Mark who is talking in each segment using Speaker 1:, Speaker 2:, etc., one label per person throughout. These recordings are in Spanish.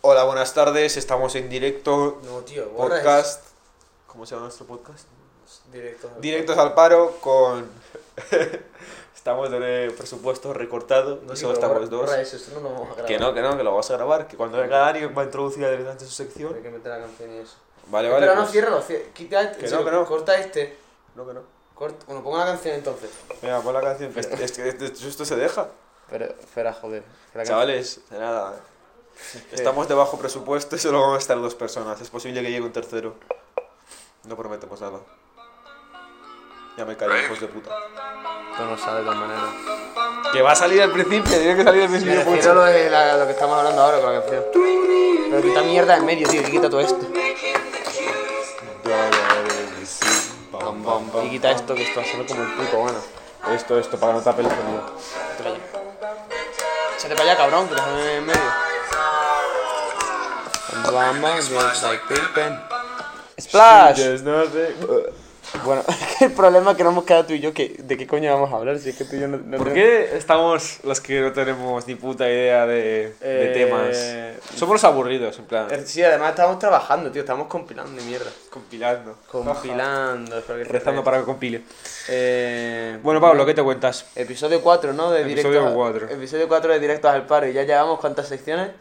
Speaker 1: Hola, buenas tardes, estamos en directo.
Speaker 2: No, tío, borra
Speaker 1: Podcast. ¿Cómo se llama nuestro podcast?
Speaker 2: eso. Directo.
Speaker 1: Directos al paro con. estamos de presupuesto recortado, no
Speaker 2: Sí,
Speaker 1: solo
Speaker 2: pero
Speaker 1: estamos
Speaker 2: borra-
Speaker 1: dos.
Speaker 2: borra eso, esto no lo vamos a grabar.
Speaker 1: Que no, que no, que lo vas a grabar. Que cuando venga Dario va a introducir adelante su
Speaker 2: Hay
Speaker 1: sección.
Speaker 2: que meter la canción y eso.
Speaker 1: Vale,
Speaker 2: Pero
Speaker 1: vale.
Speaker 2: no,
Speaker 1: pues-
Speaker 2: ciérralo, cier- quita este.
Speaker 1: Que
Speaker 2: en
Speaker 1: no,
Speaker 2: serio,
Speaker 1: que no.
Speaker 2: Corta este.
Speaker 1: No, que no.
Speaker 2: Corta... Bueno, ponga la canción entonces.
Speaker 1: Venga, pon la canción. que este- este- este- esto, se deja.
Speaker 2: Pero, espera, joder.
Speaker 1: Chavales, de nada. Estamos de bajo presupuesto y solo van a estar dos personas. Es posible que llegue un tercero. No prometemos nada. Ya me callo, hijos de puta.
Speaker 2: Esto no sale de todas maneras.
Speaker 1: Que va a salir al principio, tiene que salir al
Speaker 2: Me
Speaker 1: principio
Speaker 2: refiero a lo, de la- lo que estamos hablando ahora con la canción. Pero quita mierda en medio, tío. Y quita todo esto. Y quita esto, que esto va a sonar como el puto bueno.
Speaker 1: Esto, esto, para no tapar el sonido.
Speaker 2: Échate para allá, cabrón, que lo déjame en medio. ¡Splash! Bueno, el problema es que no hemos quedado tú y yo que, de qué coño vamos a hablar, si es que tú y yo no... no
Speaker 1: ¿Por qué estamos los que no tenemos ni puta idea de, de
Speaker 2: Eh,
Speaker 1: temas? Somos los aburridos, en plan.
Speaker 2: Eh, Sí, además estamos trabajando, tío, estamos compilando y mierda.
Speaker 1: Compilando.
Speaker 2: Compilando, espero que te
Speaker 1: Rezando
Speaker 2: rías.
Speaker 1: para que compile.
Speaker 2: Eh,
Speaker 1: Bueno, Pablo, ¿qué te cuentas?
Speaker 2: Episodio 4, ¿no? De
Speaker 1: Episodio
Speaker 2: directos a-
Speaker 1: cuatro.
Speaker 2: Episodio 4 de Directos al Paro. ¿Y ya llevamos cuántas secciones?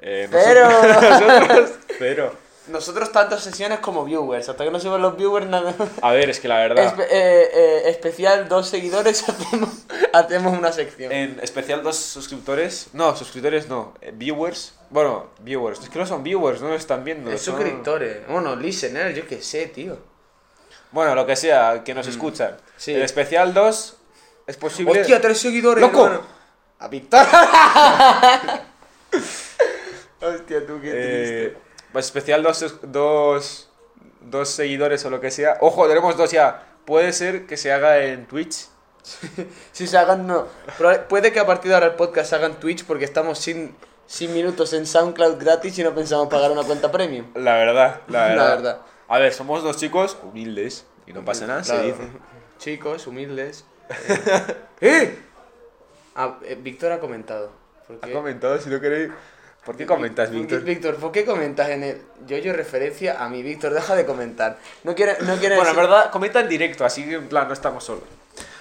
Speaker 1: Eh,
Speaker 2: Cero.
Speaker 1: nosotros- Cero.
Speaker 2: Nosotros tantas sesiones como viewers. Hasta que no suban los viewers, nada.
Speaker 1: A ver, es que la verdad.
Speaker 2: Espe- eh, eh, especial dos seguidores, hacemos, hacemos una sección.
Speaker 1: En especial dos suscriptores. No, suscriptores no. eh, viewers. Bueno, viewers. Es que no son viewers, no lo están viendo.
Speaker 2: Es
Speaker 1: son-
Speaker 2: Eh, suscriptores. Bueno, listener, yo qué sé, tío.
Speaker 1: Bueno, lo que sea, que nos escuchan.
Speaker 2: Mm. Sí.
Speaker 1: El especial 2 es posible.
Speaker 2: Hostia, tres seguidores.
Speaker 1: ¡Loco!
Speaker 2: hermano. A Víctor. Hostia, tú qué
Speaker 1: Eh,
Speaker 2: triste.
Speaker 1: pues especial 2 dos, dos, dos seguidores o lo que sea. Ojo, tenemos dos ya. Puede ser que se haga en Twitch.
Speaker 2: Si se hagan, no. Proba- Puede que a partir de ahora el podcast se haga en Twitch porque estamos sin, sin minutos en SoundCloud gratis y no pensamos pagar una cuenta premium.
Speaker 1: La verdad, la
Speaker 2: La
Speaker 1: verdad.
Speaker 2: verdad.
Speaker 1: A ver, somos dos chicos humildes. Y no pasa nada, se
Speaker 2: Claro.
Speaker 1: dice.
Speaker 2: Chicos, humildes. ¡Eh! Ah, eh, Víctor ha comentado. ¿Por
Speaker 1: Ha
Speaker 2: qué?
Speaker 1: comentado, si no queréis. ¿Por qué comentas,
Speaker 2: Porque-
Speaker 1: Víctor?
Speaker 2: Víctor, ¿por qué comentas en el yo-yo referencia a mí? Víctor, deja de comentar. No quiere, no quiere
Speaker 1: Bueno, en
Speaker 2: decir-
Speaker 1: verdad, comenta en directo, así que en plan, no estamos solos.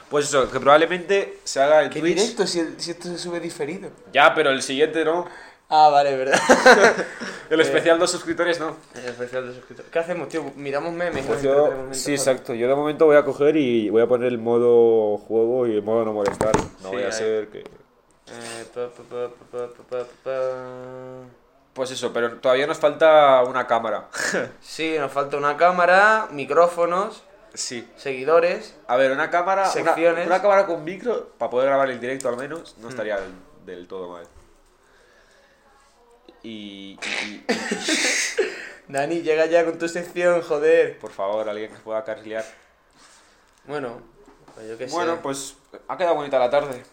Speaker 1: Pues eso, que probablemente se haga en
Speaker 2: ¿Qué
Speaker 1: Twitch.
Speaker 2: directo si, el- si esto se sube diferido?
Speaker 1: Ya, pero el siguiente no.
Speaker 2: Ah, vale, verdad.
Speaker 1: El
Speaker 2: Eh.
Speaker 1: especial dos suscriptores no.
Speaker 2: El especial de suscriptores. ¿Qué hacemos, tío? Miramos memes. ¿no? Entretenemos
Speaker 1: Pues sí,
Speaker 2: mientras-
Speaker 1: exacto. Yo de momento voy a coger y voy a poner el modo juego y el modo no molestar. No
Speaker 2: Sí,
Speaker 1: voy a
Speaker 2: ahí.
Speaker 1: hacer que.
Speaker 2: Eh, pa, pa, pa, pa, pa, pa, pa, pa.
Speaker 1: Pues eso, pero todavía nos falta una cámara.
Speaker 2: Sí, nos falta una cámara, micrófonos,
Speaker 1: sí.
Speaker 2: seguidores.
Speaker 1: A ver, una cámara. Una,
Speaker 2: Secciones.
Speaker 1: una cámara con micro, para poder grabar el directo al menos, no estaría del, del todo mal. Y- y- y
Speaker 2: Dani, llega ya con tu sección, joder.
Speaker 1: por favor, alguien que pueda carrilear.
Speaker 2: Bueno, pues yo qué sé.
Speaker 1: Bueno, pues ha quedado bonita la tarde.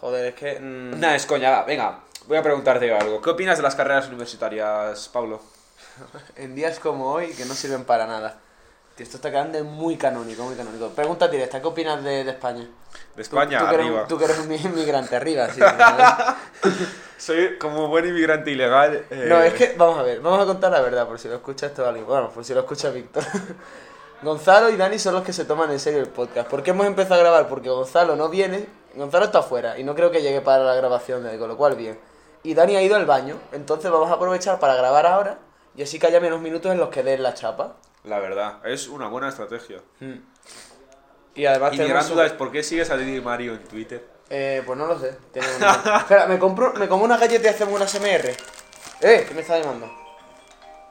Speaker 2: Joder, es que. mm,
Speaker 1: Nada, es coña, va, venga. Voy a preguntarte algo. ¿Qué opinas de las carreras universitarias, Pablo?
Speaker 2: En días como hoy, que no sirven para nada. Tío, esto está quedando muy canónico, muy canónico. Pregunta directa, ¿qué opinas de, de España?
Speaker 1: De
Speaker 2: Tú-
Speaker 1: España,
Speaker 2: tú, que eres un-
Speaker 1: arriba.
Speaker 2: tú que eres un inmigrante, arriba, sí. ¿verdad?
Speaker 1: Soy como buen inmigrante ilegal. eh,
Speaker 2: No, es que, vamos a ver, vamos a contar la verdad, por si lo escucha esto alguien. Bueno, por si lo escucha Víctor. Gonzalo y Dani son los que se toman en serio el podcast. ¿Por qué hemos empezado a grabar? Porque Gonzalo no viene, Gonzalo está afuera y no creo que llegue para la grabación de hoy, con lo cual bien. Y Dani ha ido al baño, entonces vamos a aprovechar para grabar ahora y así que haya menos minutos en los que den la chapa.
Speaker 1: La verdad, es una buena estrategia.
Speaker 2: Y además
Speaker 1: Y mi
Speaker 2: tenemos
Speaker 1: gran
Speaker 2: un-
Speaker 1: duda es por qué sigues a Didi Mario en Twitter.
Speaker 2: Eh, pues no lo sé. Tiene un- Espera, me compro, me como una galleta y hacemos una SMR. ¡Eh! ¿Qué me está llamando?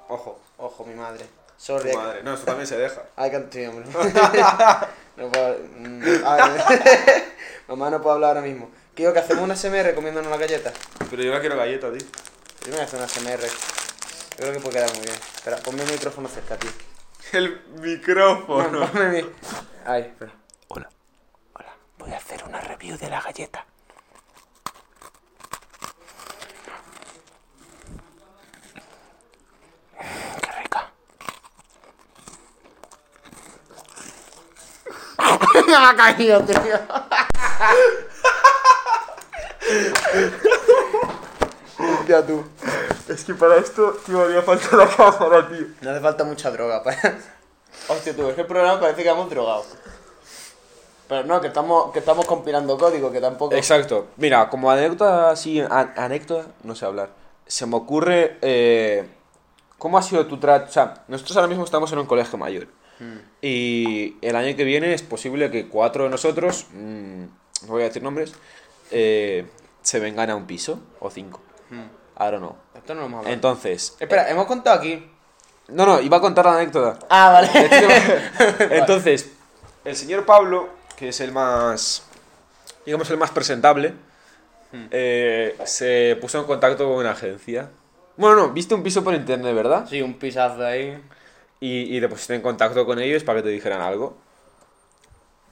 Speaker 1: Ojo,
Speaker 2: Ojo, mi madre. Sorry.
Speaker 1: tu madre. No, eso también se deja.
Speaker 2: Ay, can- sí, hombre. no puedo... mm, ay. Mamá no puedo hablar ahora mismo. ¿Qué digo? ¿Que hacemos una SMR comiéndonos una galleta?
Speaker 1: Pero yo no quiero galleta, tío.
Speaker 2: Yo me voy a hacer una SMR. Yo creo que puede quedar muy bien. Espera, ponme el micrófono cerca, tío.
Speaker 1: El micrófono.
Speaker 2: Ponme mi- Ay, espera.
Speaker 1: Hola.
Speaker 2: Hola, voy a hacer una review de la galleta. Qué rica. me ha caído, tío. Hostia, tú.
Speaker 3: Es que para esto, tío, haría falta la cámara, tío.
Speaker 2: No hace falta mucha droga pues. para. Hostia, tú, es que el programa parece que hemos drogado. Pero no, que estamos, que estamos compilando código, que tampoco.
Speaker 1: Exacto. Mira, como anécdota, así, an- anécdota, no sé hablar. Se me ocurre. eh, ¿Cómo ha sido tu trato? O sea, nosotros ahora mismo estamos en un colegio mayor. Y el año que viene es posible que cuatro de nosotros, mm, no voy a decir nombres, eh, se vengan a un piso, o cinco.
Speaker 2: Hmm.
Speaker 1: Ahora no.
Speaker 2: Esto no lo hemos hablado.
Speaker 1: Entonces.
Speaker 2: Espera, hemos contado aquí.
Speaker 1: No, no, iba a contar la anécdota.
Speaker 2: Ah, vale.
Speaker 1: Entonces, el señor Pablo, que es el más, digamos, el más presentable,
Speaker 2: Hmm.
Speaker 1: eh, se puso en contacto con una agencia. Bueno, no, viste un piso por internet, ¿verdad?
Speaker 2: Sí, un pisazo ahí.
Speaker 1: Y, y te pusiste en contacto con ellos para que te dijeran algo.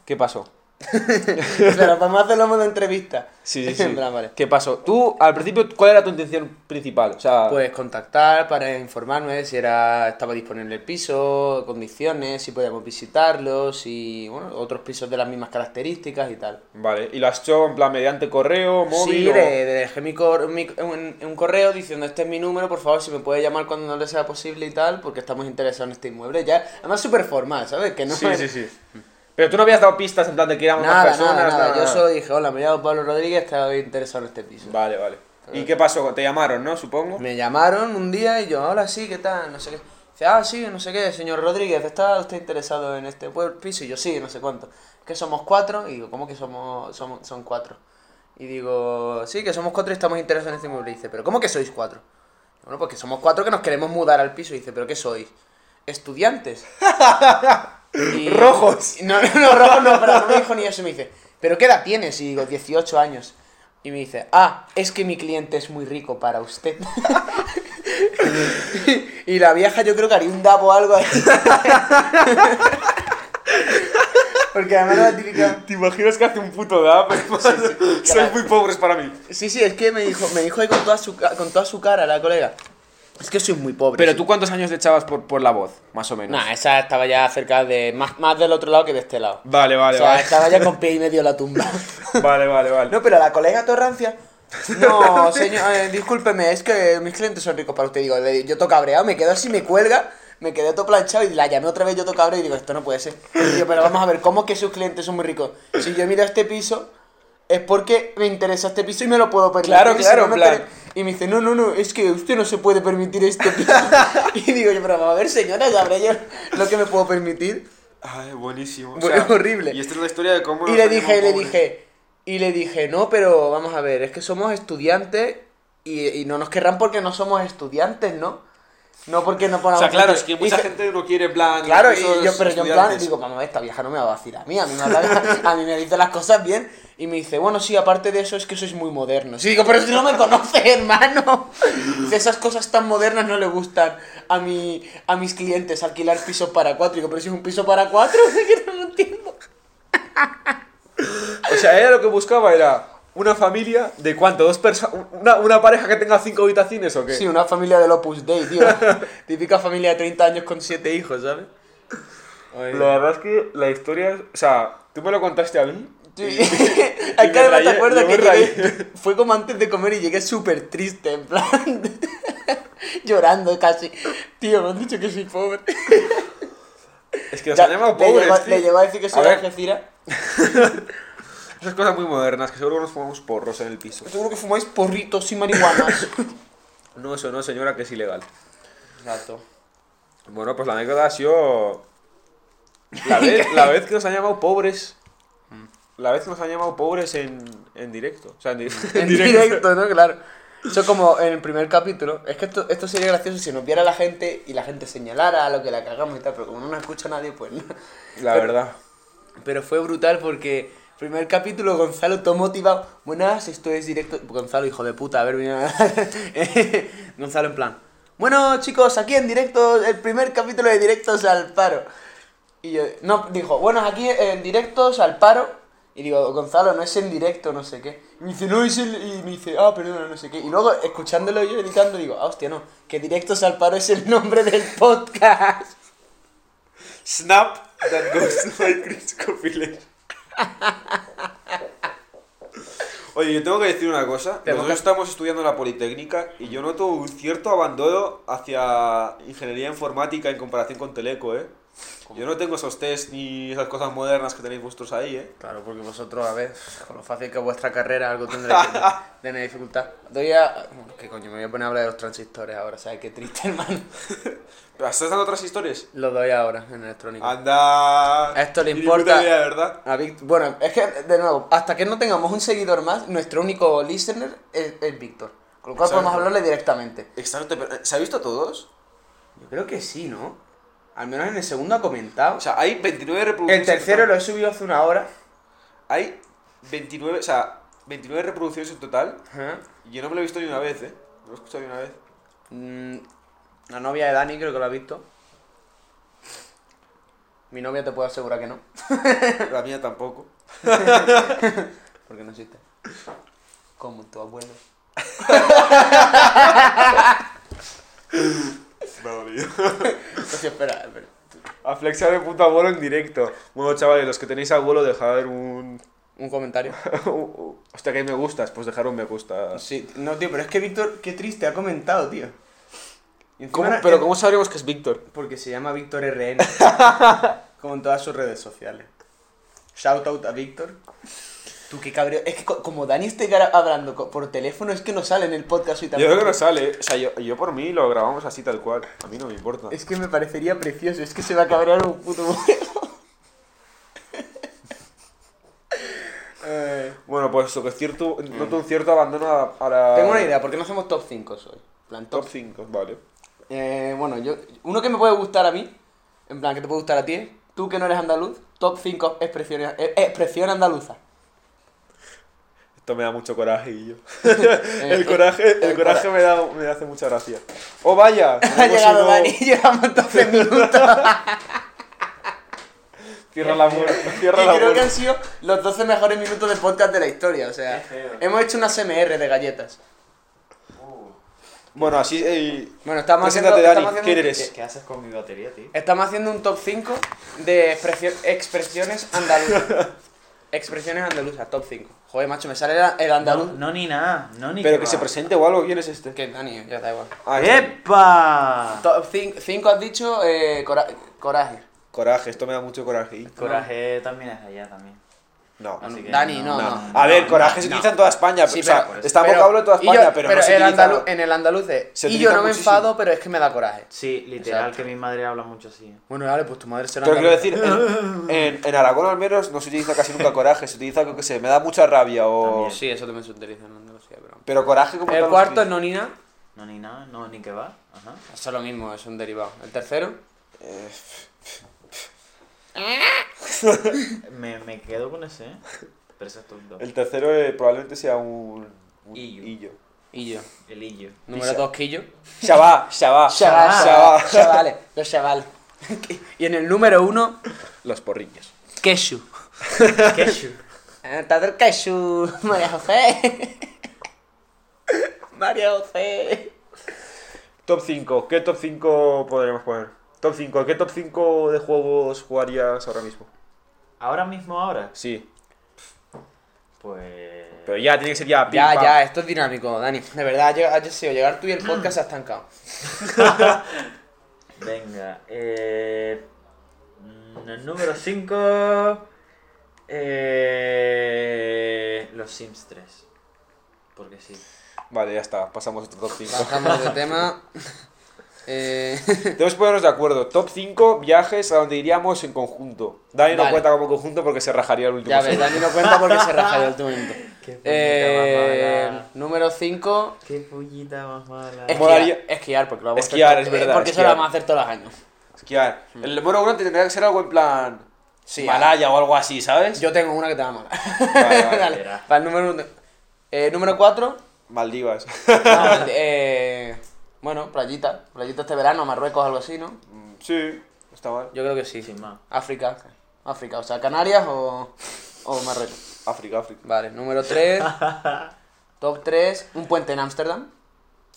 Speaker 1: ¿Qué pasó?
Speaker 2: Pero vamos a hacerlo en modo entrevista.
Speaker 1: Sí, sí, sí.
Speaker 2: En plan, vale.
Speaker 1: ¿Qué pasó? Tú, al principio, ¿cuál era tu intención principal? O sea,
Speaker 2: Puedes Pues contactar para informarme si era estaba disponible el piso, condiciones, si podíamos visitarlo, si bueno, otros pisos de las mismas características y tal.
Speaker 1: vale. ¿Y lo has hecho en plan mediante correo, móvil?
Speaker 2: sí,
Speaker 1: o-
Speaker 2: le, le dejé mi cor- mi- un, un correo diciendo este es mi número, por favor, si me puede llamar cuando no le sea posible y tal, porque estamos interesados en este inmueble. Ya, además súper formal, ¿sabes? Que no
Speaker 1: Sí, sí, sí. Pero tú no habías dado pistas en plan de que éramos
Speaker 2: Nada,
Speaker 1: más personas.
Speaker 2: nada, nada.
Speaker 1: nada,
Speaker 2: Yo
Speaker 1: nada.
Speaker 2: solo dije, hola, me llamo Pablo Rodríguez, estaba interesado en este piso.
Speaker 1: Vale, vale. ¿Y qué pasó? Te llamaron, ¿no? Supongo.
Speaker 2: Me llamaron un día y yo, hola, sí, ¿qué tal? No sé qué. Dice, ah, sí, no sé qué, señor Rodríguez, ¿está usted interesado en este pue- piso? Y yo, sí, no sé cuánto. Que somos cuatro, y digo, ¿cómo que somos, somos son cuatro? Y digo, sí, que somos cuatro y estamos interesados en este inmueble. Y dice, ¿pero cómo que sois cuatro? Bueno, pues que somos cuatro que nos queremos mudar al piso. Y dice, ¿pero qué sois? Estudiantes. Y-
Speaker 1: Rojos.
Speaker 2: y No, no, no, rojos no, pero no me dijo ni eso. Me dice, ¿pero qué edad tienes? Y digo, 18 años. Y me dice, ah, es que mi cliente es muy rico para usted. y la vieja yo creo que haría un dabo o algo así. Porque además era la típica...
Speaker 1: ¿Te imaginas que hace un puto da? Sois muy pobres para mí.
Speaker 2: Sí, sí, es que me dijo, me dijo ahí con toda su, ca- con toda su cara la colega. Es que soy muy pobre.
Speaker 1: Pero
Speaker 2: sí".
Speaker 1: tú, ¿cuántos años le echabas por, por la voz? Más o menos.
Speaker 2: Nah, esa estaba ya cerca de... Más, más del otro lado que de este lado.
Speaker 1: Vale, vale,
Speaker 2: o sea,
Speaker 1: vale.
Speaker 2: estaba ya con pie y medio en la tumba.
Speaker 1: Vale, vale, vale.
Speaker 2: No, pero la colega Torrancia... No, señor, eh, discúlpeme, es que mis clientes son ricos para usted. Digo, le- yo toco cabreado, me quedo así, me cuelga, me quedé todo planchado y la llamé otra vez yo toco cabreado y digo, esto no puede ser. Y digo, pero vamos a ver, ¿cómo que sus clientes son muy ricos? Si yo miro este piso, es porque me interesa este piso y me lo puedo permitir.
Speaker 1: Claro,
Speaker 2: y si
Speaker 1: claro,
Speaker 2: no me
Speaker 1: en plan.
Speaker 2: permi- Y me dice, no, no, no, es que usted no se puede permitir este piso. y digo yo, pero vamos a ver, señora, ya habré yo lo que me puedo permitir.
Speaker 1: Ay, buenísimo.
Speaker 2: Bu- horrible.
Speaker 1: Y esta es la historia de cómo. nos
Speaker 2: Y le
Speaker 1: tenemos
Speaker 2: dije, y le
Speaker 1: pobres.
Speaker 2: dije, y le dije, no, pero vamos a ver, es que somos estudiantes y, y no nos querrán porque no somos estudiantes, ¿no? No porque no
Speaker 1: O
Speaker 2: ponamos...
Speaker 1: sea, claro, es
Speaker 2: atención".
Speaker 1: que mucha
Speaker 2: Dice-
Speaker 1: gente no quiere en plan.
Speaker 2: Claro, y
Speaker 1: esos
Speaker 2: yo, pero yo en plan
Speaker 1: estudiantes.
Speaker 2: digo, mamá, esta vieja no me va a vacilar a mí, a mí me, habla- a mí me dice las cosas bien. Y me dice, bueno, sí, aparte de eso es que sois muy modernos. Y digo, pero si no me conoces, hermano. Dice, esas cosas tan modernas no le gustan a, mi, a mis clientes, alquilar pisos para cuatro. Y digo, pero si es un piso para cuatro, que no lo entiendo.
Speaker 1: O sea, ella lo que buscaba era una familia de cuánto, dos personas. Una, una pareja que tenga cinco habitaciones o qué.
Speaker 2: Sí, una familia del Opus Dei, tío. Típica familia de 30 años con 7 hijos, ¿sabes?
Speaker 1: La verdad es que la historia. es- O sea, tú me lo contaste a mí.
Speaker 2: Sí.
Speaker 1: y-
Speaker 2: Ay,
Speaker 1: me
Speaker 2: claro, ¿te
Speaker 1: rayé,
Speaker 2: acuerdas
Speaker 1: yo
Speaker 2: que
Speaker 1: me
Speaker 2: llegué-
Speaker 1: rayé.
Speaker 2: fue como antes de comer y llegué súper triste, en plan... llorando casi. Tío, me han dicho que soy pobre.
Speaker 1: Es que nos
Speaker 2: Ya,
Speaker 1: han llamado
Speaker 2: le
Speaker 1: pobres.
Speaker 2: llegó-
Speaker 1: tío.
Speaker 2: Le llegó a decir que soy
Speaker 1: A
Speaker 2: de
Speaker 1: ver,
Speaker 2: Algeciras.
Speaker 1: Esas cosas muy modernas, que seguro nos fumamos porros en el piso.
Speaker 2: Seguro que fumáis porritos y marihuanas.
Speaker 1: No, eso no, señora, que es ilegal.
Speaker 2: Exacto.
Speaker 1: Bueno, pues la anécdota ha sido... La vez, la vez que nos han llamado pobres... La vez que nos han llamado pobres en, en directo. O sea, en, di-
Speaker 2: En directo, ¿no? Claro. Eso como en el primer capítulo. Es que esto, esto sería gracioso si nos viera la gente y la gente señalara a lo que la cagamos y tal, pero como no nos escucha nadie, pues no.
Speaker 1: La verdad.
Speaker 2: Pero fue brutal porque primer capítulo Gonzalo todo motivado. Buenas, esto es directo. Gonzalo, hijo de puta, a ver, mira. Gonzalo en plan. Bueno, chicos, aquí en directo, el primer capítulo de directos al paro. Y yo, no, dijo, bueno, aquí en directos al paro. Y digo, Gonzalo, no es en directo, no sé qué. Y me dice, no es el. Y me dice, ah, perdona, no sé qué. Y luego, escuchándolo yo editando, digo, ah, hostia, no, que directos al paro es el nombre del podcast.
Speaker 1: Snap that goes like Chris Copilec. Oye, yo tengo que decir una cosa.
Speaker 2: Tenemos
Speaker 1: Nosotros
Speaker 2: que-
Speaker 1: estamos estudiando la Politécnica y yo noto un cierto abandono hacia ingeniería informática en comparación con Teleco, ¿eh? Yo no tengo esos test ni esas cosas modernas que tenéis vosotros ahí, ¿eh?
Speaker 2: Claro, porque vosotros, a ver, con lo fácil que es vuestra carrera, algo tendréis que tener dificultad. Doy a... bueno, ¿Qué coño? Me voy a poner a hablar de los transistores ahora, ¿sabes? Qué triste, hermano.
Speaker 1: ¿Pero estás dando otras historias?
Speaker 2: Lo doy ahora, en electrónico.
Speaker 1: Anda.
Speaker 2: A esto le
Speaker 1: Ni puta
Speaker 2: importa.
Speaker 1: idea, ¿verdad?
Speaker 2: A Víctor- Bueno, es que, de nuevo, hasta que no tengamos un seguidor más, nuestro único listener es, es Víctor. Con lo cual
Speaker 1: Exacto.
Speaker 2: podemos hablarle directamente.
Speaker 1: Exacto, pero ¿se ha visto a todos?
Speaker 2: Yo creo que sí, ¿no? Al menos en el segundo ha comentado.
Speaker 1: O sea, hay 29
Speaker 2: el
Speaker 1: reproducciones.
Speaker 2: tercero
Speaker 1: en
Speaker 2: lo
Speaker 1: total.
Speaker 2: he subido hace una hora.
Speaker 1: Hay 29, o sea, 29 reproducciones en total. Y yo no me lo he visto ni una vez, ¿eh? No lo he escuchado ni una vez.
Speaker 2: Mm, La novia de Dani creo que lo ha visto. Mi novia te puedo asegurar que no,
Speaker 1: La mía tampoco.
Speaker 2: porque no existe. Como tu abuelo. Entonces, espera, espera.
Speaker 1: A flexar de puto abuelo en directo. Bueno, chavales, los que tenéis abuelo, dejad un.
Speaker 2: Un comentario.
Speaker 1: Hostia, que hay me gustas, pues dejar un me gusta.
Speaker 2: Sí, no, tío, pero es que Víctor, qué triste, ha comentado, tío. Y encima
Speaker 1: ¿Cómo-
Speaker 2: era-
Speaker 1: pero ¿cómo sabremos que es Víctor?
Speaker 2: Porque se llama Víctor RN. como en todas sus redes sociales. Shout out a Víctor. Tú qué cabreo. Es que co- como Dani esté gra- hablando co- por teléfono, es que no sale en el podcast y
Speaker 1: Yo creo que no sale. O sea, yo, yo por mí lo grabamos así tal cual. A mí no me importa.
Speaker 2: Es que me parecería precioso, es que se va a cabrear un puto huevo. Eh,
Speaker 1: Bueno, pues eso, que es cierto, noto un cierto abandono a, a la...
Speaker 2: Tengo una idea, ¿por qué no hacemos top 5 hoy? En plan, top
Speaker 1: Top 5, vale.
Speaker 2: Eh, bueno, yo, uno que me puede gustar a mí, en plan, que te puede gustar a ti, es, tú que no eres andaluz, top 5 expresiones, eh, expresión andaluza.
Speaker 1: Esto me da mucho coraje y yo.
Speaker 2: Eh,
Speaker 1: El coraje, el
Speaker 2: el
Speaker 1: coraje me, da, me hace mucha gracia. ¡Oh, vaya!
Speaker 2: Ha
Speaker 1: Tenemos
Speaker 2: llegado
Speaker 1: uno-
Speaker 2: Dani, llevamos 12 minutos.
Speaker 1: Cierra la puerta,
Speaker 2: y
Speaker 1: cierra la
Speaker 2: creo que han
Speaker 1: puerta.
Speaker 2: sido los 12 mejores minutos de podcast de la historia, o sea, hemos hecho una CMR de galletas.
Speaker 1: Bueno, así... eh,
Speaker 2: Bueno, estamos haciendo,
Speaker 1: Preséntate,
Speaker 2: estamos
Speaker 1: Dani,
Speaker 2: haciendo
Speaker 1: ¿quién
Speaker 2: un-
Speaker 1: eres?
Speaker 4: ¿Qué haces con mi batería, tío?
Speaker 2: Estamos haciendo un top 5 de expresio- expresiones andaluzas. expresiones andaluzas, top 5. Joder, macho, me sale el- el
Speaker 4: No,
Speaker 2: andaluz.
Speaker 4: no, ni nada, no ni
Speaker 1: Pero
Speaker 4: va.
Speaker 1: que se presente o algo, ¿quién es este?
Speaker 2: Que Dani, ya da igual.
Speaker 1: Ah, este.
Speaker 4: ¡Epa!
Speaker 2: Top 5 has dicho eh, cora- coraje.
Speaker 1: Coraje, esto me da mucho coraje. y-
Speaker 4: Coraje también es de allá también.
Speaker 1: No.
Speaker 4: Así que
Speaker 2: Dani,
Speaker 4: no,
Speaker 2: Ah, no, no.
Speaker 1: A ver, coraje se
Speaker 2: no.
Speaker 1: utiliza en toda España.
Speaker 2: Sí,
Speaker 1: o sea,
Speaker 2: pero-
Speaker 1: está en vocablo en toda
Speaker 2: y yo-
Speaker 1: España, pero, no se
Speaker 2: el
Speaker 1: utiliza...
Speaker 2: andalu- en el andaluz es,
Speaker 1: se
Speaker 2: y yo
Speaker 1: utiliza
Speaker 2: no me
Speaker 1: muchísimo.
Speaker 2: enfado, pero es que me da coraje.
Speaker 4: Sí, literal,
Speaker 2: Exacto.
Speaker 4: que mi madre habla mucho así.
Speaker 2: Bueno, vale, pues tu madre será
Speaker 1: Pero quiero
Speaker 2: andaluza.
Speaker 1: decir, en, en- en Aragón al menos no se utiliza casi nunca coraje, se utiliza, yo que sé, me da mucha rabia o...
Speaker 4: También.
Speaker 2: Sí, eso también se utiliza en Andalucía, pero...
Speaker 1: Pero coraje como tal
Speaker 2: El
Speaker 1: no se
Speaker 2: cuarto
Speaker 1: utiliza.
Speaker 2: es nonina,
Speaker 4: No, ni nada, no, ni que va. Ajá.
Speaker 2: eso es lo mismo, es un derivado. El tercero,
Speaker 4: Me, me quedo con ese, ¿eh? Pero ese es tonto.
Speaker 1: El tercero eh, probablemente sea un, un
Speaker 4: Illo.
Speaker 2: y yo.
Speaker 4: El illo.
Speaker 2: Número
Speaker 1: Pisa.
Speaker 2: dos, quillo.
Speaker 1: Shabá, Shabá.
Speaker 2: Chaval,
Speaker 1: Shabá.
Speaker 2: chaval, chavales, los chavales. Y en el número uno,
Speaker 1: Los porrillos.
Speaker 2: quesu.
Speaker 4: Queshu.
Speaker 2: Ah, Está el quesu, María José. María José.
Speaker 1: Top 5. ¿Qué top 5 podremos poner? Top 5. ¿Qué top 5 de juegos jugarías ahora mismo?
Speaker 4: Ahora mismo, ahora.
Speaker 1: Sí.
Speaker 4: Pues.
Speaker 1: Pero ya, tiene que ser ya. pim,
Speaker 2: Ya,
Speaker 1: pam.
Speaker 2: ya, esto es dinámico, Dani. De verdad, llega- ha sido llegar tú y el podcast se ha estancado.
Speaker 4: Venga, eh. mm, El número 5. Eh. Los Sims 3. Porque sí.
Speaker 1: Vale, ya está. Pasamos a otro top 5.
Speaker 2: Bajamos de tema. Eh,
Speaker 1: Tenemos que ponernos de acuerdo. Top 5 viajes a donde iríamos en conjunto. Dani no
Speaker 2: Vale.
Speaker 1: cuenta como conjunto porque se rajaría el último.
Speaker 2: ya ves,
Speaker 1: segundo.
Speaker 2: Dani no cuenta porque se raja el último minuto.
Speaker 4: Qué puñeta
Speaker 2: Eh,
Speaker 4: más mala.
Speaker 2: número 5,
Speaker 4: Qué pollita más mala.
Speaker 2: esquiar,
Speaker 1: Molaría-
Speaker 2: esquiar, porque lo vamos
Speaker 1: Esquiar,
Speaker 2: a hacer.
Speaker 1: es verdad,
Speaker 2: Porque eso lo
Speaker 1: esquiar.
Speaker 2: vamos a hacer todos los años.
Speaker 1: Esquiar. El moro grande tendría que ser algo en plan.
Speaker 2: Hmm. Sí,
Speaker 1: Himalaya o algo así, ¿sabes?
Speaker 2: Yo tengo una que te va a molar.
Speaker 1: Vale, vale,
Speaker 2: Dale,
Speaker 4: verá.
Speaker 2: para el número uno. Eh, número Ah, 4.
Speaker 1: Maldivas.
Speaker 2: eh, bueno, playita. Playita este verano, Marruecos, algo así, ¿no?
Speaker 1: Mm, sí, está mal.
Speaker 2: Yo creo que sí.
Speaker 4: Sin más.
Speaker 2: África. África, o sea, Canarias o, o Marruecos.
Speaker 1: África, África.
Speaker 2: Vale, número 3. Top 3, un puente en Ámsterdam.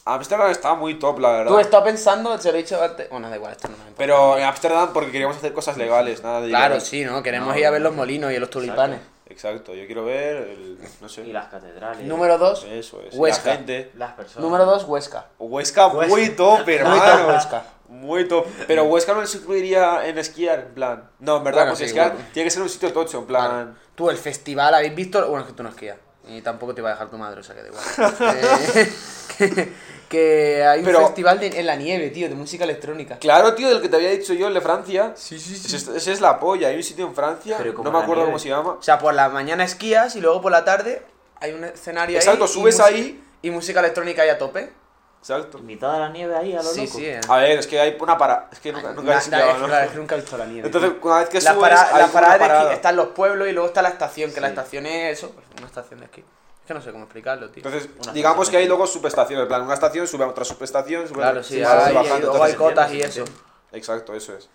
Speaker 1: Ámsterdam está muy top, la verdad.
Speaker 2: Tú estás pensando, se lo he dicho antes. Bueno, da igual, esto no me importa.
Speaker 1: Pero en Ámsterdam porque queríamos hacer cosas legales, nada de
Speaker 2: Claro,
Speaker 1: ilegales.
Speaker 2: sí, ¿no? Queremos
Speaker 4: No,
Speaker 2: ir a ver los molinos y los tulipanes.
Speaker 1: Exacto, yo quiero ver el. No sé.
Speaker 4: Y las catedrales.
Speaker 2: Número 2.
Speaker 1: Eso es.
Speaker 2: Huesca.
Speaker 1: La gente.
Speaker 4: Las personas.
Speaker 2: Número 2, Huesca.
Speaker 1: Huesca muy top, hermano.
Speaker 2: top, Huesca.
Speaker 1: Muy top. Pero Huesca no se incluiría en esquiar, en plan. No, en verdad,
Speaker 2: Bueno,
Speaker 1: pues
Speaker 2: sí,
Speaker 1: esquiar
Speaker 2: bueno.
Speaker 1: tiene que ser un sitio tocho, en plan.
Speaker 2: Vale. Tú, el festival, ¿habéis visto? Bueno, es que tú no esquías. Y tampoco te va a dejar tu madre, o sea que da igual. Eh, que, que hay un
Speaker 1: Pero-
Speaker 2: festival de- en la nieve, tío, de música electrónica.
Speaker 1: Claro, tío, del que te había dicho yo, el de Francia.
Speaker 2: Sí, sí,
Speaker 1: Ese, es- ese es la polla. Hay un sitio en Francia,
Speaker 4: Pero como
Speaker 1: no me
Speaker 4: la
Speaker 1: acuerdo
Speaker 4: nieve.
Speaker 1: cómo se llama.
Speaker 2: O sea, por la mañana esquías y luego por la tarde hay un escenario
Speaker 1: Exacto,
Speaker 2: ahí. y
Speaker 1: subes
Speaker 2: música-
Speaker 1: ahí.
Speaker 2: Y música electrónica ahí a tope.
Speaker 1: Exacto.
Speaker 4: En mitad de la nieve ahí, a lo
Speaker 2: Sí,
Speaker 4: loco.
Speaker 2: sí. eh.
Speaker 1: A ver, es que hay una para. Es que nunca, nunca
Speaker 2: Na-
Speaker 1: he
Speaker 2: na-
Speaker 1: esquiado,
Speaker 2: es-
Speaker 1: ¿no?
Speaker 2: claro, es que nunca he visto la nieve.
Speaker 1: Entonces, una vez que
Speaker 2: la
Speaker 1: subes,
Speaker 2: parada,
Speaker 1: hay
Speaker 2: la
Speaker 1: como
Speaker 2: parada
Speaker 1: una
Speaker 2: de
Speaker 1: parada.
Speaker 2: esquí está en los pueblos y luego está la estación, que la
Speaker 4: Sí.
Speaker 2: estación es eso, pues, una estación de esquí. Es que no sé cómo explicarlo, tío.
Speaker 1: Entonces,
Speaker 4: Una
Speaker 1: digamos
Speaker 4: estación
Speaker 1: que hay
Speaker 4: de-
Speaker 1: luego subestaciones. En plan, una estación sube a otra subestación. Sube a
Speaker 2: claro,
Speaker 1: otra-
Speaker 2: sí,
Speaker 1: y vas
Speaker 2: hay,
Speaker 1: bajando,
Speaker 2: luego hay
Speaker 1: entonces-
Speaker 2: cotas
Speaker 4: se
Speaker 2: y
Speaker 4: entiende, se
Speaker 2: eso.
Speaker 1: Exacto, eso es.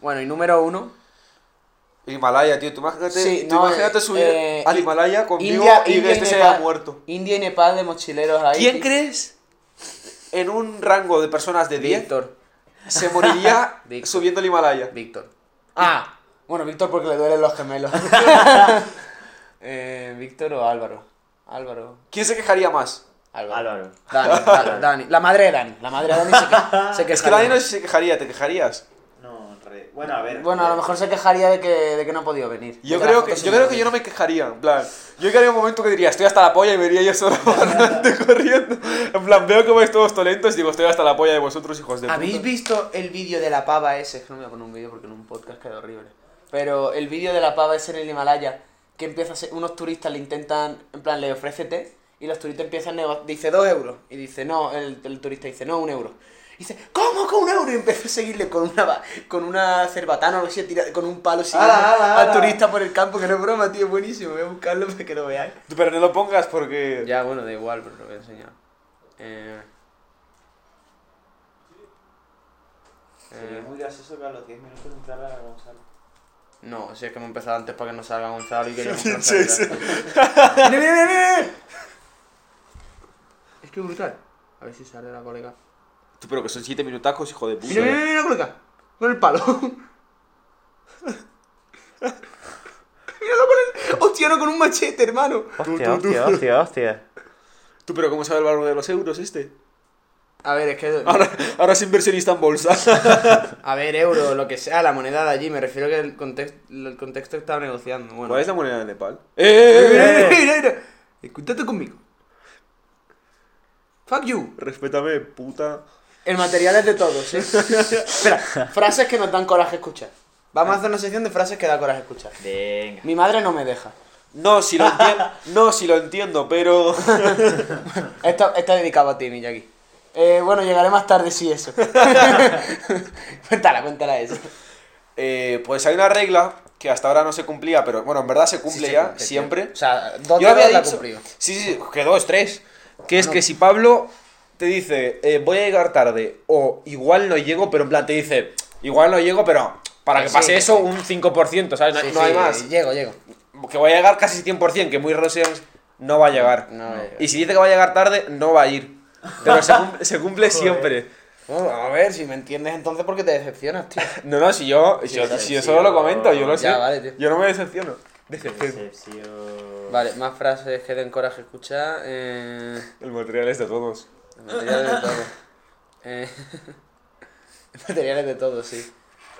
Speaker 2: Bueno, y número uno.
Speaker 1: El Himalaya, tío. Tú imagínate,
Speaker 2: Sí,
Speaker 1: tú
Speaker 2: no,
Speaker 1: imagínate
Speaker 2: eh,
Speaker 1: subir
Speaker 2: eh,
Speaker 1: al Himalaya conmigo y que este se haya
Speaker 2: Nepal-
Speaker 1: muerto.
Speaker 2: India y Nepal de mochileros ahí.
Speaker 1: ¿Quién
Speaker 2: tío.
Speaker 1: crees en un rango de personas de 10
Speaker 2: Víctor.
Speaker 1: se moriría
Speaker 2: Víctor.
Speaker 1: subiendo el Himalaya?
Speaker 2: Víctor. Ah, bueno, Víctor porque le duelen los gemelos. eh, Víctor o Álvaro. Álvaro.
Speaker 1: ¿Quién se quejaría más?
Speaker 4: Álvaro.
Speaker 2: Dani, Dani, Dani. La madre de Dani. La madre de Dani se, que, se
Speaker 1: Es que
Speaker 2: quejaría.
Speaker 1: nadie no se quejaría, te quejarías.
Speaker 4: No, re- Bueno, a ver.
Speaker 2: Bueno, a lo mejor se quejaría de que, de que no ha podido venir.
Speaker 1: Yo
Speaker 2: Porque las
Speaker 1: creo, que,
Speaker 2: fotos
Speaker 1: yo
Speaker 2: son
Speaker 1: creo
Speaker 2: muy
Speaker 1: que yo no me quejaría, en plan. Yo llegaría un momento que diría, estoy hasta la polla y me iría yo solo por delante corriendo. En plan, veo que vais todos tolentos y digo, estoy hasta la polla de vosotros, hijos de puta.
Speaker 2: ¿Habéis visto el vídeo de la pava ese? Es que no me voy a poner un vídeo porque en un podcast queda horrible. Pero el vídeo de la pava ese en el Himalaya, que empieza a ser, unos turistas le intentan, en plan, le ofrece té, y los turistas empiezan a negociar, dice dos euros, y dice no, el, el turista dice no, un euro. Y dice, ¿cómo con un euro? Y empezó a seguirle con una, ba- con una cerbatana o algo así, a tirar- con un palo siguiendo
Speaker 4: ala,
Speaker 2: al
Speaker 4: ala!
Speaker 2: turista por el campo, que no es broma, tío, es buenísimo, voy a buscarlo para que lo veáis.
Speaker 1: Pero no lo pongas porque.
Speaker 2: Ya, bueno, da igual, pero lo voy a enseñar. Eh,
Speaker 4: Sería
Speaker 2: eh,
Speaker 4: muy gracioso que a los 10 minutos entrara a Gonzalo.
Speaker 2: No, si es que hemos empezado antes para que no salga Gonzalo y que yo no
Speaker 1: Sí, sí.
Speaker 2: ¡Mira, mira, mira, mira! Es que brutal. A ver si sale la colega.
Speaker 1: Tú, pero que son 7 minutacos, hijo de
Speaker 2: ¡Mira, mira,
Speaker 1: puta.
Speaker 2: mira, mira, colega! Con el palo. Míralo con el. ¡Hostia, no con un machete, hermano!
Speaker 4: Hostia, hostia, hostia, hostia.
Speaker 1: Tú, pero ¿cómo sabe el valor de los euros este?
Speaker 2: A ver, es que.
Speaker 1: Ahora, ahora es inversionista en bolsa.
Speaker 2: A ver, euro, lo que sea, la moneda de allí. Me refiero que el, context- el contexto estaba negociando. Bueno.
Speaker 1: ¿Cuál es la moneda de Nepal? ¡Eh! eh, eh!
Speaker 2: Mira, mira, mira, mira. Escúchate conmigo. Fuck you.
Speaker 1: Respétame, puta.
Speaker 2: El material es de todos, ¿eh? Espera, frases que nos dan coraje escuchar. Vamos a hacer una sección de frases que da coraje escuchar.
Speaker 4: Venga.
Speaker 2: Mi madre no me deja.
Speaker 1: No, si lo entiendo. No, si lo entiendo, pero.
Speaker 2: Esta, esta dedicaba a ti, Miyagi. Eh, bueno, llegaré más tarde, sí, eso. cuéntala, cuéntala eso.
Speaker 1: Eh, pues hay una regla que hasta ahora no se cumplía, pero bueno, en verdad se cumple
Speaker 2: Sí,
Speaker 1: ya,
Speaker 2: sí, sí, sí.
Speaker 1: siempre.
Speaker 2: O sea, dos
Speaker 1: Yo había
Speaker 2: la
Speaker 1: dicho-
Speaker 2: cumplido.
Speaker 1: Sí, sí, sí, que dos, tres. Que es que si Pablo te dice, eh, voy a llegar tarde, o igual no llego, pero en plan te dice, igual no llego, pero para que
Speaker 2: Sí,
Speaker 1: pase
Speaker 2: sí,
Speaker 1: eso
Speaker 2: sí.
Speaker 1: un 5%, ¿sabes? No,
Speaker 2: Sí,
Speaker 1: no hay
Speaker 2: sí,
Speaker 1: más.
Speaker 2: Llego, llego.
Speaker 1: Que voy a llegar casi 100%, que muy raro sea, no va a llegar.
Speaker 2: No va a llegar.
Speaker 1: Y si dice que va a llegar tarde, no va a ir. Pero se cum- se cumple siempre.
Speaker 2: Bueno, Oh, a ver, si me entiendes entonces, ¿por qué te decepcionas, tío?
Speaker 1: No, no, si yo, si yo,
Speaker 4: sí,
Speaker 1: si yo
Speaker 4: sí,
Speaker 1: solo lo
Speaker 4: yo-
Speaker 1: comento, yo lo
Speaker 2: Ya,
Speaker 1: sé.
Speaker 2: vale, tío.
Speaker 1: Yo no me decepciono. Decepción.
Speaker 4: Decepción.
Speaker 2: Vale, más frases que den coraje escuchar. Eh...
Speaker 1: El material es de todos.
Speaker 2: Materiales de todo. Eh, materiales de todo, sí.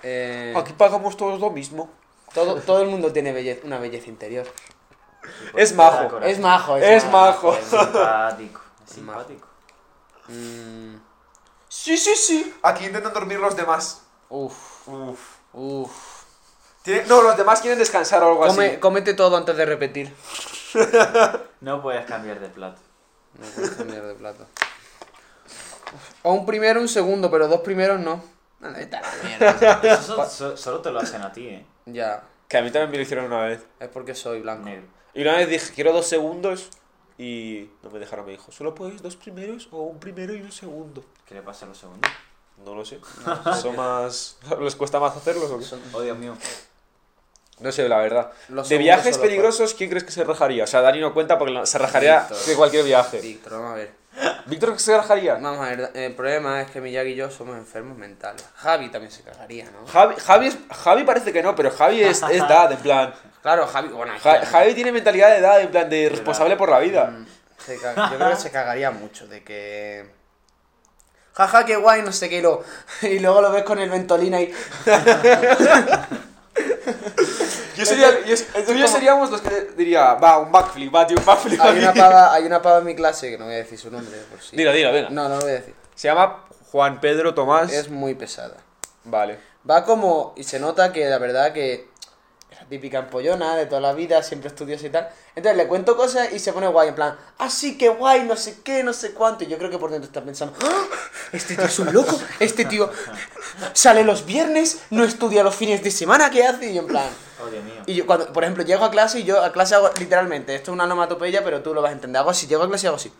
Speaker 2: Eh,
Speaker 1: Aquí pagamos todos lo mismo.
Speaker 2: todo, todo el mundo tiene belleza, una belleza interior.
Speaker 1: Es majo.
Speaker 4: Coraje.
Speaker 2: Es majo,
Speaker 1: Es majo.
Speaker 4: Es simpático. Es simpático.
Speaker 2: Mm,
Speaker 1: Sí, sí, sí. Aquí intentan dormir los demás.
Speaker 2: uf,
Speaker 1: Uf.
Speaker 2: uf.
Speaker 1: Tiene- No, los demás quieren descansar o algo
Speaker 2: Come-
Speaker 1: así.
Speaker 2: cómete todo antes de repetir.
Speaker 4: No puedes cambiar de plato.
Speaker 2: No puedes cambiar de plato. O un primero, un segundo, pero dos primeros no. No, vete a la mierda.
Speaker 4: Eso so- so- solo te lo hacen a ti, eh.
Speaker 2: Ya,
Speaker 1: Que a mí también me lo hicieron una vez.
Speaker 2: es porque soy blanco.
Speaker 4: Negro.
Speaker 1: Y una vez dije, quiero dos segundos. Y no me dejaron, me dijo, solo puedes dos primeros o un primero y un segundo.
Speaker 4: ¿Qué le pasa a los segundos?
Speaker 1: No lo sé. Son más. ¿Les cuesta más hacerlos o qué?
Speaker 4: Oh, Dios mío.
Speaker 1: No sé, la verdad.
Speaker 2: Los
Speaker 1: de
Speaker 2: segundos
Speaker 1: viajes
Speaker 2: son los
Speaker 1: peligrosos, ¿quién crees que se rajaría? O sea, Dani no cuenta porque no- se rajaría
Speaker 2: Víctor.
Speaker 1: de cualquier viaje.
Speaker 2: Víctor, vamos a ver.
Speaker 1: ¿Víctor se cargaría?
Speaker 2: Vamos a ver, el problema es que Miyagi y yo somos enfermos mentales. Javi también se cargaría, ¿no?
Speaker 1: Javi, Javi, es- Javi parece que no, pero Javi es, es dad, en plan.
Speaker 2: Claro, Javi, bueno, es
Speaker 1: Ja-
Speaker 2: que-
Speaker 1: Javi tiene mentalidad de dad, en plan de responsable por la
Speaker 2: Mm.
Speaker 1: vida.
Speaker 2: se ca- yo creo que se cagaría mucho de que... Jaja, qué guay, no sé qué, y, lo- y luego lo ves con el ventolina y...
Speaker 1: Yo sería, yo, tú y yo seríamos los que diría, va, un backflip, va, tío, un backflip.
Speaker 2: Hay una
Speaker 1: aquí.
Speaker 2: pava, hay una pava en mi clase, que no voy a decir su nombre, por si...
Speaker 1: Dilo, dilo, venga.
Speaker 2: No, no lo voy a decir.
Speaker 1: Se llama Juan Pedro Tomás.
Speaker 2: Es muy pesada.
Speaker 1: Vale.
Speaker 2: Va como... Y se nota que la verdad que... Es la típica empollona de toda la vida, siempre estudiosa y tal. Entonces le cuento cosas y se pone guay, en plan... Ah, sí, qué guay, no sé qué, no sé cuánto. Y yo creo que por dentro está pensando... "¡Ah! Este tío es un loco, este tío sale los viernes, no estudia los fines de semana, ¿qué hace? Y yo en plan...
Speaker 4: Oh, Dios mío.
Speaker 2: Y yo cuando, por ejemplo, llego a clase y yo a clase hago literalmente, esto es una onomatopeya, pero tú lo vas a entender. Hago así, llego a clase y hago así.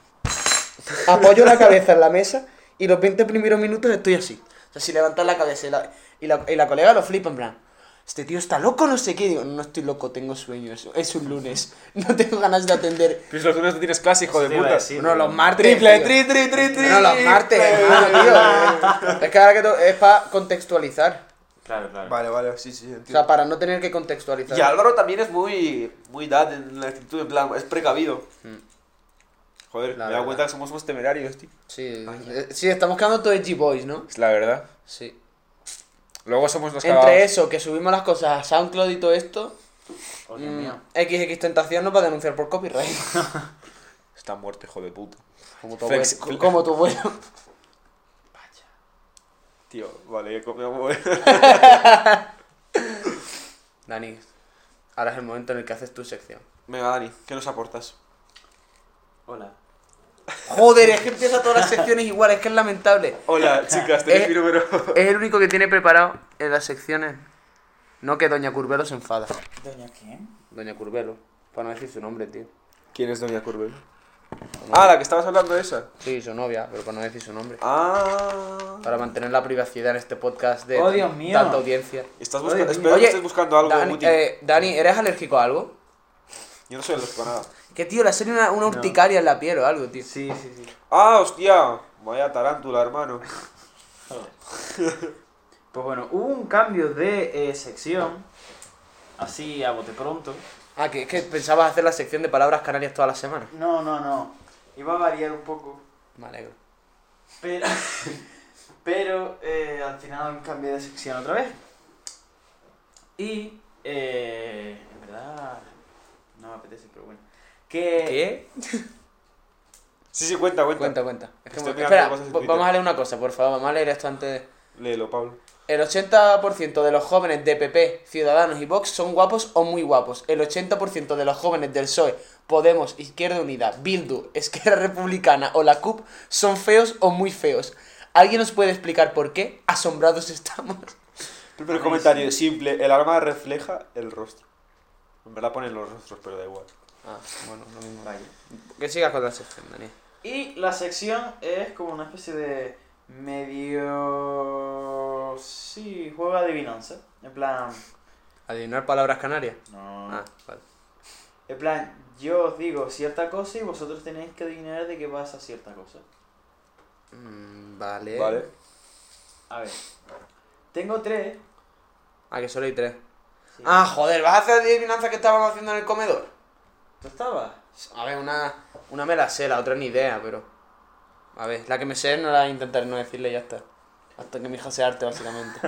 Speaker 2: Apoyo la cabeza en la mesa y los 20 primeros minutos estoy así. O sea, si levantas la cabeza y la, y la, y la colega lo flipa en plan. Este tío está loco, no sé qué. Digo, no estoy loco, tengo sueño. Es, es un lunes. No tengo ganas de atender.
Speaker 1: Pero si Pues los lunes no tienes clase, hijo
Speaker 4: Eso
Speaker 1: de
Speaker 4: te iba a
Speaker 1: puta.
Speaker 4: decir.
Speaker 2: No, los martes.
Speaker 1: Triple,
Speaker 2: tío.
Speaker 1: tri, tri, tri, tri.
Speaker 2: No, los martes, hermano, tío. eh. Es que ahora que to- es para contextualizar.
Speaker 4: Claro, claro.
Speaker 3: Vale, vale, sí, sí,
Speaker 2: O
Speaker 3: entiendo.
Speaker 2: sea, para no tener que contextualizar.
Speaker 1: Y Álvaro también es muy, muy dad en la actitud, en plan, es precavido. Joder, me he
Speaker 2: La verdad.
Speaker 1: dado cuenta que somos unos temerarios, tío.
Speaker 2: Sí, eh, sí, estamos quedando todos G-Boys, ¿no?
Speaker 1: Es la verdad.
Speaker 2: Sí.
Speaker 1: Luego somos los
Speaker 2: Entre eso, que subimos las cosas a SoundCloud y todo esto,
Speaker 4: Oh, Dios mío.
Speaker 2: XX Tentación nos va a denunciar por copyright.
Speaker 1: Está muerto, hijo de puta.
Speaker 2: Como tu
Speaker 1: Flex-
Speaker 2: abuelo. Como tu abuelo.
Speaker 1: Tío, vale, ya comemos.
Speaker 2: Dani, ahora es el momento en el que haces tu sección.
Speaker 1: Venga, Dani, ¿qué nos aportas?
Speaker 4: Hola.
Speaker 2: Joder, es que empieza todas las secciones igual, es que es lamentable.
Speaker 1: Hola, chicas, tenéis
Speaker 2: Eh.
Speaker 1: mi número.
Speaker 2: Es el único que tiene preparado en las secciones. No que Doña Curvelo se enfada.
Speaker 4: ¿Doña quién?
Speaker 2: Doña Curvelo, para no decir su nombre, tío.
Speaker 1: ¿Quién es Doña Corbel? Ah, la que estabas hablando de esa.
Speaker 2: Sí, su novia, pero para no decir su nombre.
Speaker 1: Ah.
Speaker 2: Para mantener la privacidad en este podcast de
Speaker 4: Oh,
Speaker 2: tan-
Speaker 4: Dios mío.
Speaker 2: tanta audiencia.
Speaker 1: Estás
Speaker 4: Oye,
Speaker 1: buscando, espero que estés buscando algo
Speaker 2: Dani,
Speaker 1: útil.
Speaker 2: eh, Dani, ¿eres alérgico a algo?
Speaker 1: Yo no soy alérgico a nada.
Speaker 2: Que tío, le ha salido una, una urticaria en la piel o algo, tío.
Speaker 4: Sí, sí, sí.
Speaker 1: Ah, hostia. Vaya tarántula, hermano.
Speaker 4: Pues bueno, hubo un cambio de eh, sección, así a bote pronto.
Speaker 2: Ah, que, que pensabas hacer la sección de palabras canarias toda la semana.
Speaker 4: No, no, no. Iba a variar un poco,
Speaker 2: Me alegro.
Speaker 4: pero, pero eh, al final cambié de sección otra vez. Y, eh, en verdad, no me apetece, pero bueno. Que,
Speaker 2: ¿Qué?
Speaker 1: Sí, sí, cuenta, cuenta.
Speaker 2: Cuenta, cuenta. Es que
Speaker 1: Estoy
Speaker 2: mo-
Speaker 1: mirando
Speaker 2: espera,
Speaker 1: cosas en
Speaker 2: va-
Speaker 1: Twitter.
Speaker 2: vamos a leer una cosa, por favor. Vamos a leer esto antes.
Speaker 1: Léelo, Pablo.
Speaker 2: El 80% de los jóvenes de PP, Ciudadanos y Vox son guapos o muy guapos. El 80% de los jóvenes del PSOE, E, Podemos, Izquierda Unida, Bildu, Esquerra Republicana o la CUP son feos o muy feos. ¿Alguien nos puede explicar por qué? Asombrados estamos.
Speaker 1: Primer comentario simple. El arma refleja el rostro. En verdad ponen los rostros, pero da igual.
Speaker 2: Ah, bueno, lo mismo.
Speaker 4: Vaya.
Speaker 2: Que sigas con la sección, Dani.
Speaker 4: Y la sección es como una especie de medio... Sí, juego de adivinanza. En plan...
Speaker 2: ¿Adivinar palabras canarias?
Speaker 4: No.
Speaker 2: Ah, vale.
Speaker 4: En plan, yo os digo cierta cosa y vosotros tenéis que adivinar de qué pasa cierta cosa.
Speaker 2: Mm, vale.
Speaker 1: Vale.
Speaker 4: A ver. Tengo tres.
Speaker 2: Ah, que solo hay tres.
Speaker 4: Sí.
Speaker 2: Ah, joder, ¿vas a hacer adivinanza que estábamos haciendo en el comedor?
Speaker 4: ¿Tú estabas?
Speaker 2: A ver, una, una me la sé, la otra ni idea, pero... A ver, la que me sé no la intentaré no decirle y ya está. Hasta que mi hija se arte, básicamente.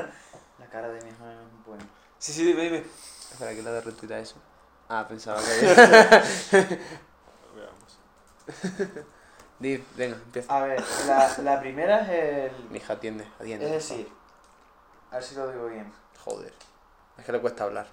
Speaker 4: La cara de mi hija no es buena.
Speaker 1: Sí, sí, dime, dime.
Speaker 2: Espera, que la de retira eso. Ah, pensaba que había...
Speaker 1: Veamos.
Speaker 2: Di, venga, empieza.
Speaker 4: A ver, la, la primera es
Speaker 2: Mi
Speaker 4: el...
Speaker 2: hija atiende, atiende.
Speaker 4: Es decir... A ver si lo digo bien.
Speaker 2: Joder. Es que le cuesta hablar.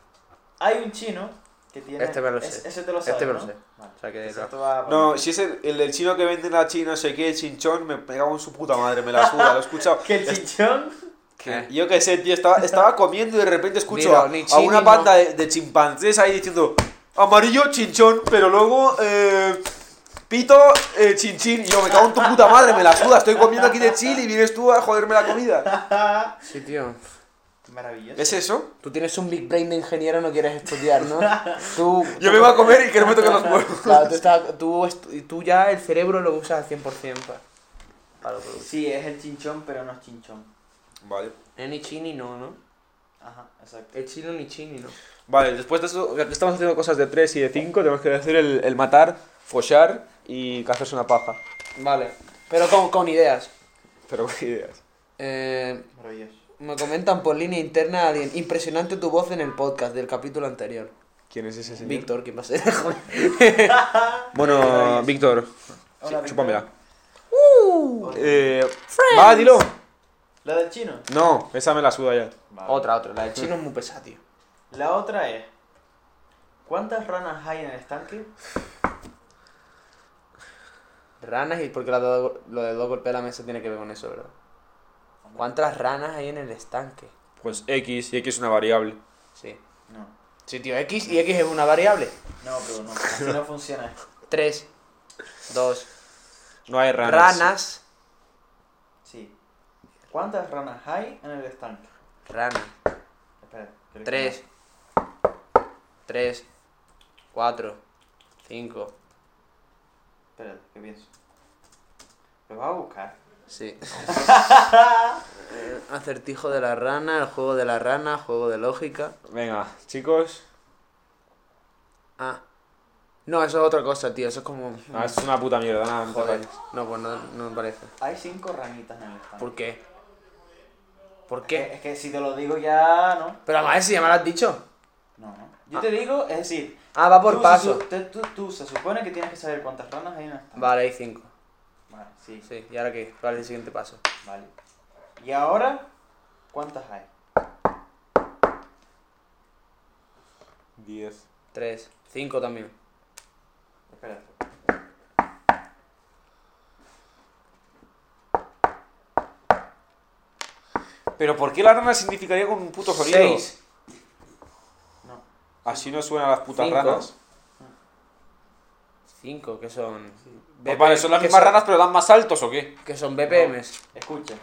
Speaker 4: Hay un chino que tiene...
Speaker 2: Este me lo
Speaker 4: es-
Speaker 2: sé.
Speaker 4: Ese te lo
Speaker 2: Este
Speaker 4: sabes,
Speaker 2: me lo
Speaker 4: ¿no?
Speaker 2: sé.
Speaker 4: Vale.
Speaker 2: O sea que
Speaker 4: Entonces
Speaker 2: no.
Speaker 4: esto va-
Speaker 1: No, si es el, el del chino que venden a China, no sé qué, chinchón, me pegaba en su puta madre, me la suda, lo he escuchado.
Speaker 4: Que el chinchón...
Speaker 2: ¿Qué?
Speaker 1: Eh, Yo qué sé, tío, estaba, estaba comiendo y de repente escucho
Speaker 2: Dilo,
Speaker 1: a,
Speaker 2: ni
Speaker 1: a
Speaker 2: chino,
Speaker 1: una
Speaker 2: no.
Speaker 1: banda de, de chimpancés ahí diciendo amarillo, chinchón, pero luego eh, pito, eh, chinchín. Y yo me cago en tu puta madre, me la suda, estoy comiendo aquí de chile y vienes tú a joderme la comida.
Speaker 2: Sí, tío.
Speaker 4: Maravilloso.
Speaker 1: ¿Es eso?
Speaker 2: Tú tienes un big brain de ingeniero, no quieres estudiar, ¿no? Tú...
Speaker 1: Yo me voy a comer y que no me toquen los huevos.
Speaker 2: Claro, tú, estás- tú, estu- tú ya el cerebro lo usas al 100% pa- para producir.
Speaker 4: Sí, es el chinchón, pero no es chinchón.
Speaker 1: Vale.
Speaker 2: Es Eh, ni chini no, ¿no?
Speaker 4: Ajá, exacto.
Speaker 2: Es Eh, chino ni chini no.
Speaker 1: Vale, después de eso, ya que estamos haciendo cosas de 3 y de 5, tenemos que decir el, el matar, follar y cazarse una paja.
Speaker 2: Vale. Pero con, con ideas.
Speaker 1: Pero qué ideas.
Speaker 2: Eh,
Speaker 4: Maravilloso.
Speaker 2: me comentan por línea interna alguien. Impresionante tu voz en el podcast del capítulo anterior.
Speaker 1: ¿Quién es ese señor?
Speaker 2: Víctor, ¿quién va a ser? Joder.
Speaker 1: Bueno, Víctor,
Speaker 4: Hola, Víctor.
Speaker 1: chúpamela.
Speaker 2: Uh,
Speaker 4: Hola.
Speaker 1: Eh, va, dilo.
Speaker 4: La del chino.
Speaker 1: No, esa me la suda ya.
Speaker 4: Vale.
Speaker 2: otra, otra. La del chino es muy pesada, tío.
Speaker 4: La otra es. ¿Cuántas ranas hay en el estanque?
Speaker 2: Ranas y porque la de do- lo de dos golpes a la mesa tiene que ver con eso, ¿verdad? ¿Cuántas ranas hay en el estanque?
Speaker 1: Pues X, y X es una variable.
Speaker 2: Sí.
Speaker 4: No.
Speaker 2: Sí, tío, X y X es una variable.
Speaker 4: No, pero no. Así no funciona.
Speaker 2: 3, 2,
Speaker 1: No hay ranas.
Speaker 2: ranas,
Speaker 4: Sí. ¿Cuántas ranas hay en el estanque?
Speaker 2: ranas.
Speaker 4: Espera. creo que
Speaker 2: 3, 3, 4, 5,
Speaker 4: no. Espera, ¿qué pienso? Lo vas a buscar.
Speaker 2: sí. Eh, Acertijo de la rana, el juego de la rana, juego de lógica.
Speaker 1: Venga, chicos.
Speaker 2: Ah. No, eso es otra cosa, tío. Eso es como...
Speaker 1: Ah, esto es una puta mierda. nada, no te
Speaker 2: Joder.
Speaker 1: rayes.
Speaker 2: No, pues no, no me parece.
Speaker 4: Hay cinco ranitas en el estanque.
Speaker 2: ¿Por qué? ¿Por
Speaker 4: Es que-
Speaker 2: qué?
Speaker 4: Es que si te lo digo ya, no.
Speaker 2: Pero además, si ya me lo has dicho.
Speaker 4: No, no. Yo te digo, es decir.
Speaker 2: Ah, va
Speaker 4: tú
Speaker 2: por
Speaker 4: se
Speaker 2: paso.
Speaker 4: su- te- tú, tú se supone que tienes que saber cuántas ranas hay en el estanque.
Speaker 2: Vale, hay 5.
Speaker 4: Vale, sí,
Speaker 2: Sí, ¿y ahora qué? ¿Cuál es el siguiente paso?
Speaker 4: vale. Y ahora, ¿cuántas hay?
Speaker 1: 10.
Speaker 2: 3, 5 también.
Speaker 4: Espera.
Speaker 1: Pero ¿por qué la rana significaría con un puto sonido?
Speaker 2: 6,
Speaker 4: No.
Speaker 1: Así no suenan las putas
Speaker 2: Cinco.
Speaker 1: ranas.
Speaker 2: 5, que son...
Speaker 1: Pues vale, son las
Speaker 2: que
Speaker 1: mismas ranas, pero dan más altos o qué?
Speaker 2: Que son BPMs.
Speaker 4: Escucha.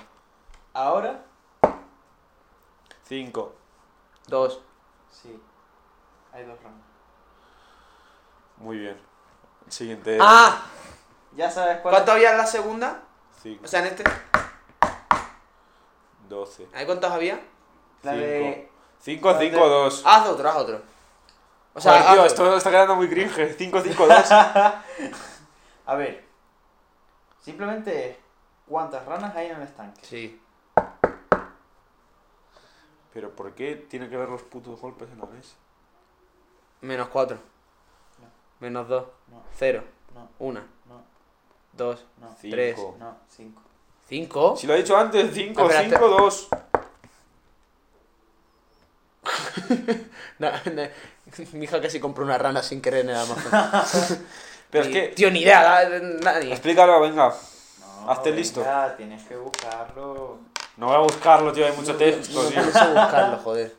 Speaker 4: Ahora,
Speaker 1: 5.
Speaker 2: 2.
Speaker 4: sí. Hay dos ranas.
Speaker 1: Muy bien. Siguiente.
Speaker 2: ¡Ah!
Speaker 4: Ya sabes cuál
Speaker 2: ¿Cuánto había en la segunda?
Speaker 1: 5.
Speaker 2: O sea, en este.
Speaker 1: 12.
Speaker 2: ¿Ahí cuántos había?
Speaker 4: es la de.
Speaker 1: 5,
Speaker 4: la
Speaker 1: 5,
Speaker 4: de-
Speaker 1: 2.
Speaker 2: Haz otro, haz otro. Ah, O sea, ah.
Speaker 1: Joder, tío,
Speaker 2: haz otro.
Speaker 1: esto está quedando muy cringe. 5, 5, 2.
Speaker 4: A ver. Simplemente es cuántas ranas hay en el estanque.
Speaker 2: Sí.
Speaker 1: Pero ¿por qué tiene que ver los putos golpes en la mesa?
Speaker 2: Menos 4.
Speaker 4: No.
Speaker 2: Menos 2.
Speaker 4: No,
Speaker 2: 0.
Speaker 4: no,
Speaker 2: 1.
Speaker 4: no,
Speaker 2: 2.
Speaker 4: no.
Speaker 1: Cinco.
Speaker 2: Tres.
Speaker 4: No, cinco.
Speaker 2: 5.
Speaker 1: Si lo he dicho antes, 5,
Speaker 2: Espera,
Speaker 1: 5, 2.
Speaker 2: Mi hija casi compró una rana sin querer en el Amazon.
Speaker 1: Pero es
Speaker 2: Ni-
Speaker 1: que.
Speaker 2: Tío, ni idea. da- Nadie.
Speaker 1: Explícalo, venga.
Speaker 4: No,
Speaker 1: Hazte Ah, listo.
Speaker 4: venga, tienes que buscarlo.
Speaker 1: No voy a buscarlo, tío, hay mucho
Speaker 2: No
Speaker 1: texto, tío.
Speaker 2: pienso buscarlo, joder.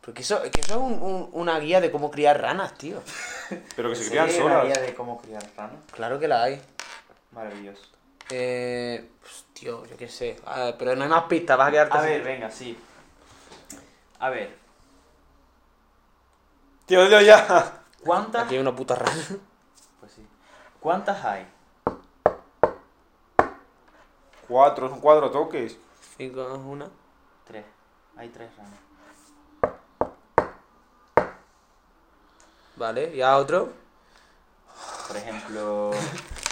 Speaker 2: Porque eso, que eso es un- un- una guía de cómo criar ranas, tío.
Speaker 1: Pero que se
Speaker 4: Sí,
Speaker 1: crean
Speaker 4: la guía
Speaker 1: solas.
Speaker 4: de cómo criar ranas.
Speaker 2: Claro que la hay.
Speaker 4: Maravilloso.
Speaker 2: Eh. pues, tío, yo qué sé. Ah, pero no hay más pistas, vas a quedarte
Speaker 4: A
Speaker 2: sin-
Speaker 4: ver, venga, sí. A ver,
Speaker 1: Tío, odio ya.
Speaker 4: ¿cuántas?
Speaker 2: Aquí hay una puta rana.
Speaker 4: Pues sí. ¿Cuántas hay?
Speaker 1: 4, son 4 toques.
Speaker 2: 5 una.
Speaker 4: Tres. Hay tres ranas.
Speaker 2: Vale, ya otro.
Speaker 4: Por ejemplo.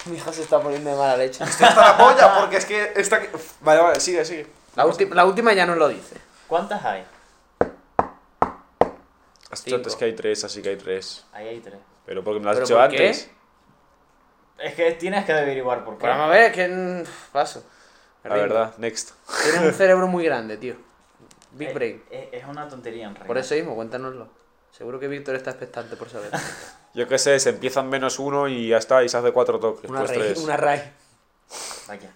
Speaker 2: Mi hija se está poniendo de mala leche.
Speaker 1: Está la polla, porque es que está. Vale, vale, sigue, sigue.
Speaker 2: La, última- la última ya no lo dice.
Speaker 4: ¿Cuántas hay?
Speaker 1: Has dicho
Speaker 2: Cinco.
Speaker 1: antes que hay 3, así que hay 3.
Speaker 4: Ahí hay tres.
Speaker 1: Pero porque me lo has
Speaker 2: ¿Pero
Speaker 1: dicho
Speaker 2: por qué?
Speaker 1: antes.
Speaker 4: Es que tienes que averiguar por qué.
Speaker 2: Pero vamos a ver, es que. mm, Paso. Me
Speaker 1: La
Speaker 2: rindo.
Speaker 1: verdad, next.
Speaker 2: Tiene un cerebro muy grande, tío. Big
Speaker 4: Eh,
Speaker 2: Brain.
Speaker 4: eh, Es, una tontería en realidad.
Speaker 2: Por eso mismo, cuéntanoslo. Seguro que Víctor está expectante por saber.
Speaker 1: Yo qué sé, se empiezan menos 1 y ya está, y se hace 4 toques.
Speaker 2: Una
Speaker 1: pues
Speaker 2: raíz.
Speaker 1: 3.
Speaker 2: Una raíz.
Speaker 4: Vaya.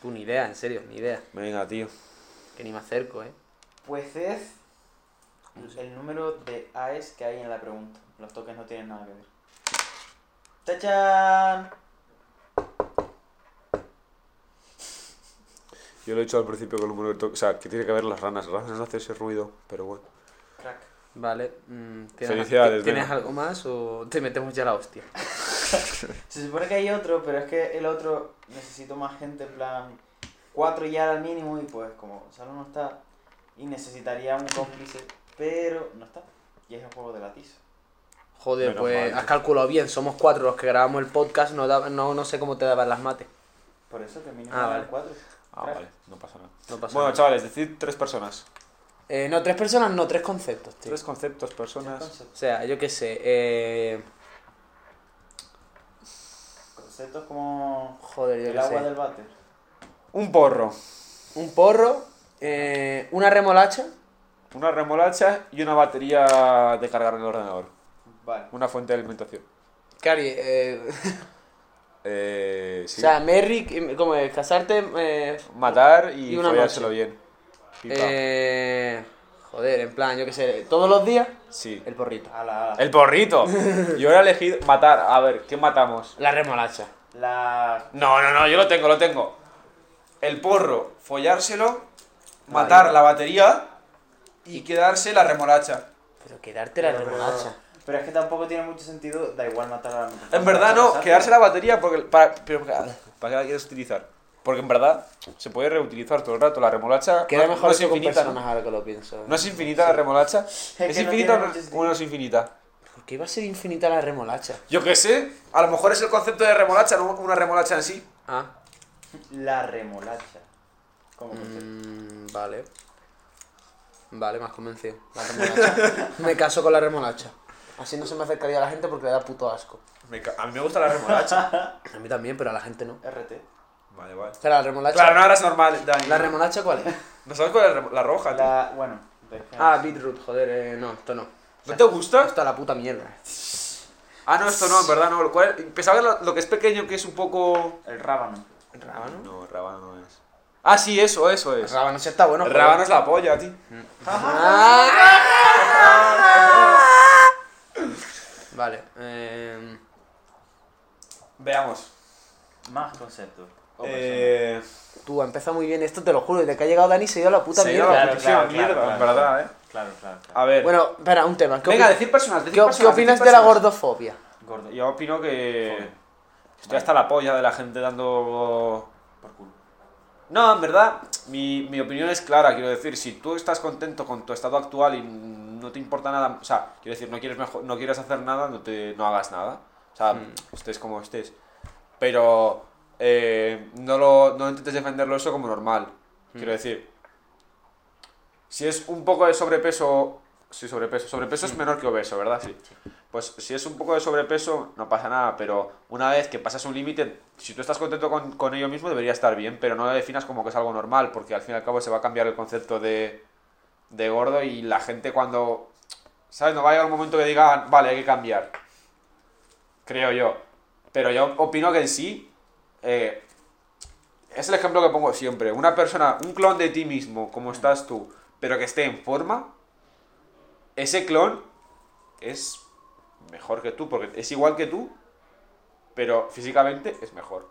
Speaker 2: Tú ni idea, en serio, ni idea.
Speaker 1: Venga, tío.
Speaker 2: Que ni me acerco, eh.
Speaker 4: Pues es el número de AES que hay en la pregunta. Los toques no tienen nada que ver. ¡Tachán!
Speaker 1: Yo lo he dicho al principio con el número de toques. O sea, que tiene que ver las ranas. Las ranas no hacen ese ruido, pero bueno.
Speaker 4: Crack.
Speaker 2: Vale. mm, ¿Tienes,
Speaker 1: Felicidades,
Speaker 2: ¿tienes
Speaker 1: venga.
Speaker 2: algo más o te metemos ya la hostia?
Speaker 4: Se supone que hay otro, pero es que el otro necesito más gente, en plan, cuatro ya al mínimo y pues como Salo no está y necesitaría un cómplice, pero no está. Y es el juego de la tiza.
Speaker 2: Joder,
Speaker 1: Menos
Speaker 2: pues
Speaker 1: mal, tío.
Speaker 2: has calculado bien, somos cuatro los que grabamos el podcast, no, da- no, no sé cómo te daban las mates.
Speaker 4: Por eso que mínimo
Speaker 2: Ah,
Speaker 4: era el
Speaker 2: vale.
Speaker 4: cuatro.
Speaker 1: Ah,
Speaker 4: Claro.
Speaker 1: vale, no pasa nada.
Speaker 2: No pasa
Speaker 1: Bueno,
Speaker 2: nada.
Speaker 1: chavales, decid tres personas.
Speaker 2: Eh, no, tres personas, no, tres conceptos, tío.
Speaker 1: Tres conceptos, personas.
Speaker 4: Entonces,
Speaker 2: O sea, yo qué sé, eh...
Speaker 4: conceptos como
Speaker 2: Joder, yo
Speaker 4: el
Speaker 2: qué
Speaker 4: agua
Speaker 2: sé.
Speaker 4: del váter.
Speaker 1: Un porro,
Speaker 2: Un porro, eh, una remolacha,
Speaker 1: una remolacha y una batería de cargar en el ordenador.
Speaker 4: Vale.
Speaker 1: Una fuente de alimentación.
Speaker 2: Cari, eh...
Speaker 1: Eh, sí.
Speaker 2: O sea, Merry, ¿cómo es? Casarte, eh,
Speaker 1: Matar y,
Speaker 2: y una
Speaker 1: follárselo
Speaker 2: noche.
Speaker 1: bien. Pipa.
Speaker 2: eh, joder, en plan, yo qué sé, todos los días,
Speaker 1: Sí.
Speaker 2: el porrito.
Speaker 4: Ala, ala.
Speaker 1: El porrito. Yo ahora he elegido matar. A ver, ¿qué matamos?
Speaker 2: La remolacha.
Speaker 4: La...
Speaker 1: No, no, no, yo lo tengo, lo tengo. El porro, follárselo, matar la batería y quedarse la remolacha.
Speaker 2: Pero quedarte la remolacha.
Speaker 4: Pero es que tampoco tiene mucho sentido, da igual matar a la
Speaker 1: En verdad no,
Speaker 4: ¿sabes?
Speaker 1: quedarse la batería porque para, pero, ¿para qué la quieres utilizar? Porque en verdad se puede reutilizar todo el rato la remolacha.
Speaker 2: Queda
Speaker 1: no-
Speaker 2: mejor
Speaker 1: no es
Speaker 2: eso con
Speaker 1: infinita,
Speaker 2: personas
Speaker 1: ¿no?
Speaker 2: ahora que lo pienso.
Speaker 1: ¿No es infinita la remolacha? ¿Es,
Speaker 4: que no
Speaker 1: infinita o
Speaker 4: tiene
Speaker 1: no-
Speaker 4: mucho sentido.
Speaker 1: o no es infinita?
Speaker 2: ¿Por qué iba a ser infinita la remolacha?
Speaker 1: Yo qué sé, a lo mejor es el concepto de remolacha, no una remolacha en sí.
Speaker 2: Ah,
Speaker 4: La remolacha. Como concepto.
Speaker 2: mm, vale. Vale, me has convencido. La remolacha. me caso con la remolacha. Así no se me acercaría a la gente porque le da puto asco.
Speaker 1: Me ca- a mí me gusta la remolacha.
Speaker 2: A mí también, pero a la gente no.
Speaker 4: RT.
Speaker 1: vale, vale.
Speaker 2: O sea, la remolacha.
Speaker 1: Claro, no eras normal, Dani.
Speaker 2: ¿La remolacha cuál es?
Speaker 1: ¿No sabes cuál es la remo- la roja? tío?
Speaker 4: La... Bueno. dejemos.
Speaker 2: Ah, beetroot, joder, eh, no, esto no.
Speaker 1: ¿No te gusta?
Speaker 2: Esto a la puta mierda.
Speaker 1: Ah, no, esto no, en verdad no. ¿Cuál es? Pensaba que lo, lo que es pequeño, que es un poco...
Speaker 4: El rábano.
Speaker 2: ¿Rábano?
Speaker 1: No, rábano no es. Ah, sí, eso, eso es.
Speaker 2: Rábano sí está bueno.
Speaker 1: El
Speaker 2: joder.
Speaker 1: rábano es la polla, tío.
Speaker 2: Ah. Vale, eh...
Speaker 1: Veamos.
Speaker 4: Más conceptos. O
Speaker 1: Eh,
Speaker 2: Tú, empieza muy bien esto, te lo juro. Desde que ha llegado Dani se ha ido a la puta
Speaker 1: se
Speaker 2: mierda.
Speaker 1: lleva la
Speaker 4: Claro,
Speaker 1: putísima
Speaker 4: claro,
Speaker 1: mierda,
Speaker 4: claro,
Speaker 1: en
Speaker 4: claro.
Speaker 1: verdad, eh.
Speaker 4: Claro, claro, claro.
Speaker 1: A ver.
Speaker 2: Bueno, espera, un tema. ¿Qué,
Speaker 1: Venga,
Speaker 2: opi-
Speaker 1: decir personas,
Speaker 2: ¿qué,
Speaker 1: decir
Speaker 2: qué
Speaker 1: personas,
Speaker 2: opinas
Speaker 1: decid
Speaker 2: de la
Speaker 1: personas.
Speaker 2: gordofobia?
Speaker 4: Gordo.
Speaker 1: Yo opino que... Estoy
Speaker 4: Vale.
Speaker 1: hasta la polla de la gente dando...
Speaker 4: Por culo.
Speaker 1: No, en verdad, mi, mi opinión es clara. Quiero decir, si tú estás contento con tu estado actual y no te importa nada, o sea, quiero decir, no quieres, mejo- no quieres hacer nada, no, te, no hagas nada. O sea, estés como estés. Pero eh, no, lo, no intentes defenderlo eso como normal. Quiero decir, si es un poco de sobrepeso, sí, sobrepeso, sobrepeso es menor que obeso, ¿verdad? Sí. Pues si es un poco de sobrepeso, no pasa nada, pero una vez que pasas un límite, si tú estás contento con, con ello mismo, debería estar bien, pero no lo definas como que es algo normal, porque al fin y al cabo se va a cambiar el concepto de, de gordo y la gente cuando, ¿sabes? No va a llegar un momento que digan, vale, hay que cambiar, creo yo. Pero yo opino que en sí, eh, es el ejemplo que pongo siempre, una persona, un clon de ti mismo, como estás tú, pero que esté en forma, ese clon es mejor que tú, porque es igual que tú, pero físicamente es mejor.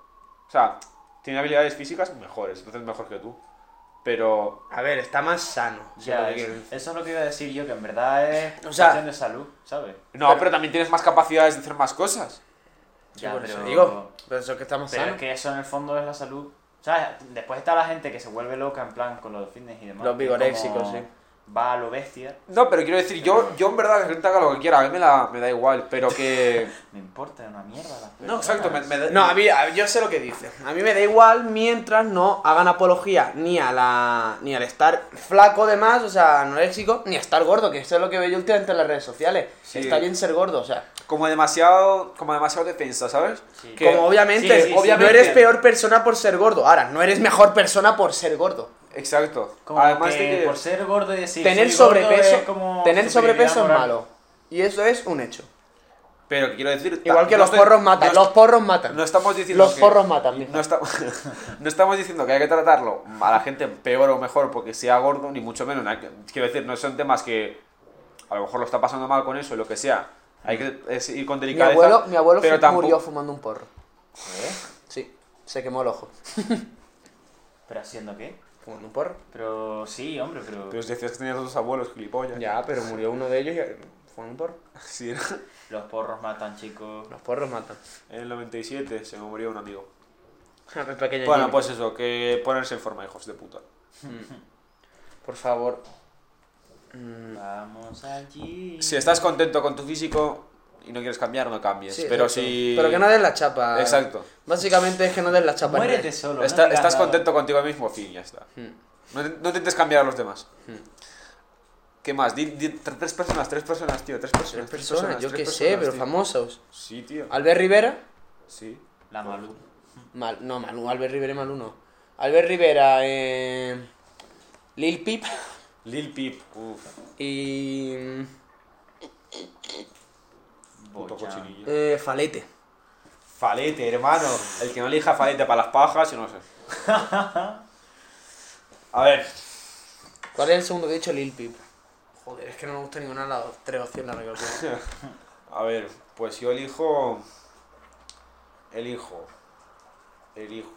Speaker 1: O sea, tiene habilidades físicas mejores, entonces es mejor que tú. Pero
Speaker 2: A ver, está más sano.
Speaker 4: Ya, eso, eso es lo que iba a decir yo, que en verdad es
Speaker 2: O sea-
Speaker 4: cuestión de salud, ¿sabes?
Speaker 1: no, pero, también tienes más capacidades de hacer más cosas.
Speaker 4: Ya,
Speaker 2: por
Speaker 4: pero,
Speaker 2: eso digo. Pero eso es que está más
Speaker 4: pero
Speaker 2: sano.
Speaker 4: es que eso en el fondo es la salud. ¿Sabes? Después está la gente que se vuelve loca en plan con los fitness y demás.
Speaker 2: Los
Speaker 4: que
Speaker 2: vigoréxicos,
Speaker 4: como
Speaker 2: sí.
Speaker 4: Va a lo bestia,
Speaker 1: No, pero quiero decir, yo, yo en verdad que la gente haga lo que quiera, a mí me, la- me da igual, pero que...
Speaker 4: me importa una mierda. las
Speaker 1: No,
Speaker 4: personas.
Speaker 1: exacto, me, me da-
Speaker 2: No, a mí, a- yo sé lo que dices. A mí me da igual mientras no hagan apología ni a la ni al estar flaco de más, o sea, anoréxico, ni a estar gordo, que eso es lo que veo yo últimamente en las redes sociales.
Speaker 1: Sí.
Speaker 2: Está bien ser gordo, o sea,
Speaker 1: Como demasiado, como demasiado defensa, ¿sabes?
Speaker 4: Sí.
Speaker 1: Que-
Speaker 2: como obviamente,
Speaker 1: Sí, sí, sí,
Speaker 2: no
Speaker 1: obviamente.
Speaker 2: eres peor persona por ser gordo. Ahora, no eres mejor persona por ser gordo.
Speaker 1: Exacto.
Speaker 4: Como
Speaker 1: Además
Speaker 4: que
Speaker 1: de que...
Speaker 4: por ser gordo y decir.
Speaker 2: tener
Speaker 4: soy gordo
Speaker 2: sobrepeso,
Speaker 4: es como
Speaker 2: tener
Speaker 4: superioridad
Speaker 2: sobrepeso es
Speaker 4: moral.
Speaker 2: malo. Y eso es un hecho.
Speaker 1: Pero que quiero decir... ta-
Speaker 2: Igual que
Speaker 1: no
Speaker 2: los
Speaker 1: estoy-
Speaker 2: porros matan,
Speaker 1: no-
Speaker 2: los porros matan.
Speaker 1: No estamos diciendo
Speaker 2: Los
Speaker 1: que-
Speaker 2: porros matan, mija.
Speaker 1: No, esta- no estamos diciendo que hay que tratarlo a la gente peor o mejor porque sea gordo, ni mucho menos. Hay que- Quiero decir, no son temas que a lo mejor lo está pasando mal con eso y lo que sea. Hay que es ir con
Speaker 2: Mi
Speaker 1: delicadeza.
Speaker 2: abuelo, mi abuelo
Speaker 1: pero
Speaker 2: fu-
Speaker 1: tampoco-
Speaker 2: murió fumando un porro.
Speaker 4: ¿Qué?
Speaker 2: Sí, se quemó el ojo.
Speaker 4: ¿Eh? ¿Pero haciendo qué?
Speaker 2: Fumando un porro.
Speaker 4: Pero sí, hombre, pero.
Speaker 1: Pero si decías que tenías dos abuelos, gilipollas.
Speaker 2: Ya, pero murió uno de ellos y ¿Fue un porro?
Speaker 1: Sí, ¿no?
Speaker 4: Los porros matan, chicos.
Speaker 2: Los porros matan.
Speaker 1: En el 97 se me murió un amigo.
Speaker 2: El pequeño
Speaker 1: Bueno,
Speaker 2: Jimmy.
Speaker 1: pues eso, que ponerse en forma, hijos de puta.
Speaker 2: Por favor. Mm,
Speaker 4: Vamos allí.
Speaker 1: Si estás contento con tu físico y no quieres cambiar, no cambies.
Speaker 2: sí,
Speaker 1: pero
Speaker 2: exacto.
Speaker 1: si.
Speaker 2: Pero que no des la chapa.
Speaker 1: Exacto.
Speaker 2: Básicamente es que no des la chapa.
Speaker 4: Muérete solo. no
Speaker 1: Está-
Speaker 4: digas
Speaker 1: estás
Speaker 4: nada.
Speaker 1: contento contigo mismo, fin, ya está.
Speaker 2: Mm.
Speaker 1: No, te- no intentes cambiar a los demás.
Speaker 2: Hmm.
Speaker 1: ¿Qué más? Di- di- tre- tres personas, tres personas, tío, tres personas.
Speaker 2: Tres personas, yo
Speaker 1: tres
Speaker 2: qué sé,
Speaker 1: personas,
Speaker 2: pero
Speaker 1: tío.
Speaker 2: famosos.
Speaker 1: Sí, tío.
Speaker 2: Albert Rivera.
Speaker 1: Sí.
Speaker 4: La Malú.
Speaker 2: Mal, no, Malú, Albert Rivera y Malú no. Albert Rivera, eh, Lil Peep
Speaker 1: Lil Peep, uff,
Speaker 2: y
Speaker 1: un poco
Speaker 4: Boyan.
Speaker 1: chinillo.
Speaker 2: eh, Falete.
Speaker 1: Falete, hermano. El que no elija falete para las pajas, yo no sé. A ver,
Speaker 2: ¿Cuál es el segundo que he dicho? Lil Peep. Joder, es que no me gusta ninguna de las tres opciones. la que os digo.
Speaker 1: a ver, pues yo elijo. Elijo. Elijo.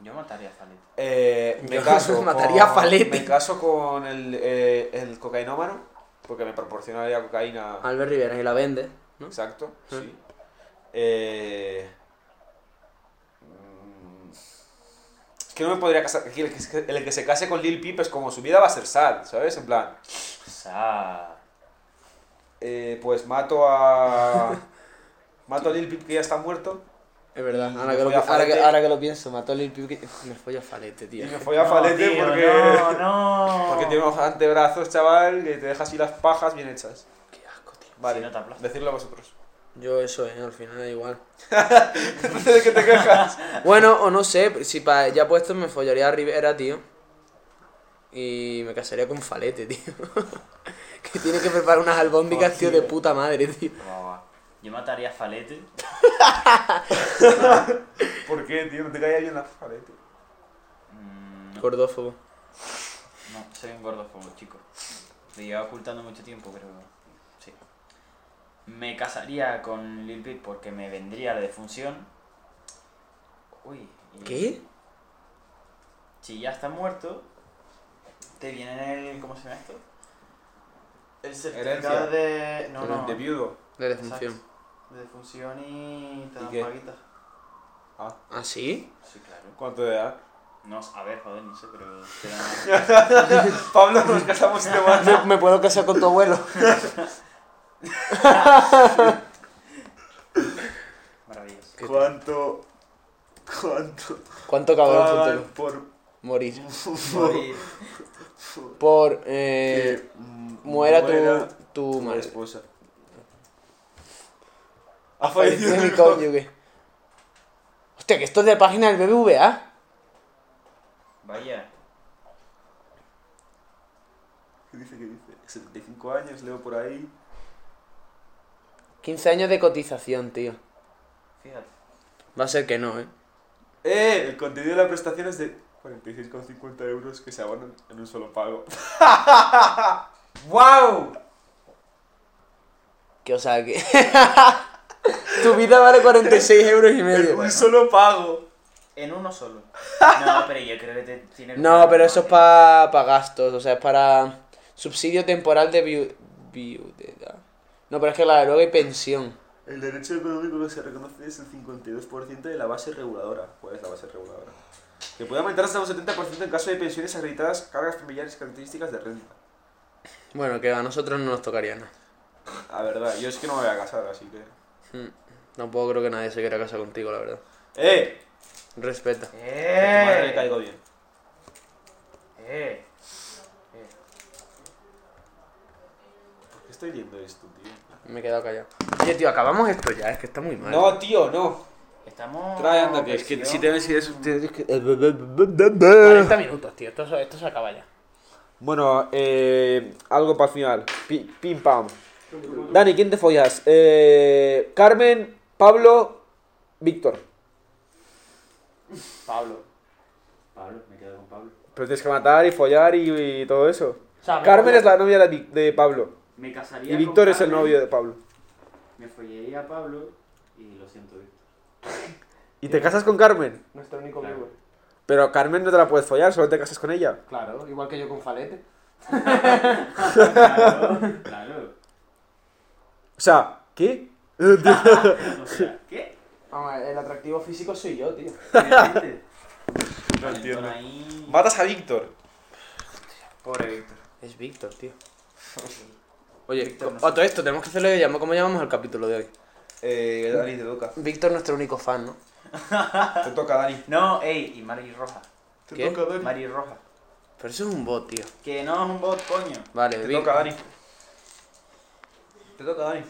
Speaker 4: Yo mataría a Falete.
Speaker 1: Eh, me
Speaker 2: Yo
Speaker 1: caso
Speaker 2: mataría
Speaker 1: con,
Speaker 2: a Falete.
Speaker 1: Me caso con el, eh, el cocainómano, porque me proporcionaría cocaína.
Speaker 2: Albert Rivera y la vende, Ah, ¿no?
Speaker 1: Exacto,
Speaker 2: Sí.
Speaker 1: sí. Eh, mm, es que no me podría casar. que El que, se- el que se case con Lil Peep es como su vida va a ser sad, ¿sabes? En plan,
Speaker 4: O sea,
Speaker 1: eh, pues mato a. Mato a Lil Peep que ya está muerto.
Speaker 2: Es verdad,
Speaker 1: Y
Speaker 2: ahora
Speaker 1: me
Speaker 2: que, lo,
Speaker 1: fui a
Speaker 2: pi- ahora, que,
Speaker 1: Falete.
Speaker 2: ahora que lo pienso, mató a Lil Peep que- me follo a Falete,
Speaker 1: Y
Speaker 2: tío.
Speaker 1: me fui a
Speaker 4: no,
Speaker 1: Falete
Speaker 4: tío,
Speaker 1: porque.
Speaker 4: No, no.
Speaker 1: Porque tiene unos antebrazos, chaval, que te deja así las pajas bien hechas.
Speaker 2: Qué asco, tío.
Speaker 1: Vale,
Speaker 4: no te aplasta.
Speaker 1: decirlo a vosotros.
Speaker 2: Yo eso, eh, al final da igual.
Speaker 1: ¿De qué te quejas?
Speaker 2: Bueno, o no sé, si pa, ya puesto me follaría a Rivera, tío. Y me casaría con Falete, tío. que tiene que preparar unas albóndigas, tío, de puta madre, tío.
Speaker 4: Va, va. Yo mataría a Falete.
Speaker 1: ¿Por qué, tío? No te caía bien la falete.
Speaker 4: Mm, no,
Speaker 2: Gordófobo.
Speaker 4: no, soy un gordofobo, chico. Me llevaba ocultando mucho tiempo, pero. Sí. Me casaría con Lil Peep porque me vendría la defunción. Uy. y-
Speaker 2: ¿Qué?
Speaker 4: Si ya está muerto, te viene el. ¿Cómo se llama esto? El certificado de. No, no.
Speaker 1: De viudo.
Speaker 2: De defunción.
Speaker 4: De defunción y. te
Speaker 1: ¿Y
Speaker 4: dan
Speaker 1: qué?
Speaker 4: paguita.
Speaker 2: ¿Ah, sí?
Speaker 4: Sí, claro.
Speaker 1: ¿Cuánto de edad?
Speaker 4: No, a ver, joder, no sé, pero. te dan-
Speaker 1: Pablo, nos casamos este mato.
Speaker 2: ¿Me, me puedo casar con tu abuelo?
Speaker 4: Maravilloso.
Speaker 2: ¿Qué
Speaker 3: ¿Cuánto? ¿Cuánto?
Speaker 2: ¿Cuánto cabrón
Speaker 3: pagan
Speaker 2: futuro?
Speaker 3: por...
Speaker 2: Morir.
Speaker 4: Morir.
Speaker 2: Por,
Speaker 3: que
Speaker 2: eh...
Speaker 3: muera
Speaker 2: Muera tu, tu
Speaker 1: Mi
Speaker 2: madre.
Speaker 1: esposa.
Speaker 3: Ha
Speaker 2: Falleció
Speaker 3: fallecido
Speaker 2: mi
Speaker 3: mi co...
Speaker 2: cónyuge. Hostia, que esto es de página del BBVA.
Speaker 4: Vaya.
Speaker 1: ¿Qué dice? ¿Qué dice? 75 años, leo por ahí.
Speaker 2: 15 años de cotización, tío.
Speaker 4: Fíjate.
Speaker 2: Va a ser que no, eh.
Speaker 1: ¡Eh! El contenido de la prestación es de 46,50 euros que se abonan en un solo pago.
Speaker 4: ¡Wow!
Speaker 2: Que o sea que. tu vida vale 46 euros y
Speaker 1: En
Speaker 2: medio.
Speaker 1: un solo pago.
Speaker 4: En uno solo. No, pero yo creo que te tiene.
Speaker 2: No, pero eso es para gastos, o sea, es para subsidio temporal de viu- viudedad. No, pero es que la de luego hay pensión.
Speaker 1: El derecho económico que se reconoce es el 52% de la base reguladora. ¿Cuál es la base reguladora? Que puede aumentar hasta un 70% en caso de pensiones acreditadas, cargas familiares y características de renta.
Speaker 2: Bueno, que a nosotros no nos tocaría nada.
Speaker 1: La verdad, yo es que no me voy a casar, así que...
Speaker 2: Tampoco creo que nadie se quiera casar contigo, la verdad.
Speaker 1: ¡Eh!
Speaker 2: Respeta.
Speaker 1: Que a tu madre le
Speaker 4: ¡Eh!
Speaker 1: caigo bien.
Speaker 4: ¡Eh! ¡Eh!
Speaker 1: ¿Por qué estoy leyendo esto, tío?
Speaker 2: Me he quedado callado. Oye, tío, acabamos esto ya, es que está muy mal.
Speaker 1: No, tío, no.
Speaker 4: Estamos.
Speaker 1: Trae, anda, que es que
Speaker 4: presión.
Speaker 1: si te ves y eso... tienes que-
Speaker 2: 40 minutos, tío, esto, se- esto se acaba ya.
Speaker 1: Bueno, eh, algo para el final. Pi- pim pam. Dani, ¿quién te follas? Eh, Carmen, Pablo, Víctor.
Speaker 2: Pablo.
Speaker 4: Pablo, me quedo con Pablo.
Speaker 1: Pero tienes que matar y follar y, y todo eso.
Speaker 2: O sea, me
Speaker 1: Carmen
Speaker 2: follo-
Speaker 1: es la novia de, Vic- de Pablo.
Speaker 4: Me casaría.
Speaker 1: Y
Speaker 4: con
Speaker 1: Víctor es el
Speaker 4: Carmen,
Speaker 1: novio de Pablo.
Speaker 4: Me follaría a Pablo y lo siento, Víctor.
Speaker 1: ¿Y te casas con Carmen?
Speaker 2: Nuestro único
Speaker 4: Claro.
Speaker 2: vivo.
Speaker 1: Pero Carmen no te la puedes follar, solo te casas con ella.
Speaker 2: Claro, igual que yo con Falete.
Speaker 4: Claro, claro.
Speaker 1: sea, ¿qué?
Speaker 4: O sea, ¿qué?
Speaker 2: Vamos, el atractivo físico soy yo, tío.
Speaker 4: Obviamente.
Speaker 1: No entiendo.
Speaker 4: Valentón ahí.
Speaker 1: Matas a Víctor.
Speaker 4: Pobre Víctor.
Speaker 2: Es Víctor, tío.
Speaker 4: Víctor
Speaker 2: Oye,
Speaker 4: no
Speaker 2: a todo esto, tenemos que hacerle llamo. ¿Cómo llamamos al capítulo de hoy?
Speaker 1: Eh, Dani, te toca.
Speaker 2: Víctor, nuestro único fan, ¿no?
Speaker 1: Te toca, Dani.
Speaker 4: No, ey, y Mari Roja.
Speaker 3: Te
Speaker 2: ¿Qué?
Speaker 3: toca, Dani.
Speaker 4: Mari Roja.
Speaker 2: Pero eso es un bot, tío.
Speaker 4: Que no es un bot, coño.
Speaker 2: Vale,
Speaker 1: Te
Speaker 2: Vic-
Speaker 1: toca, Dani. Te toca, Dani.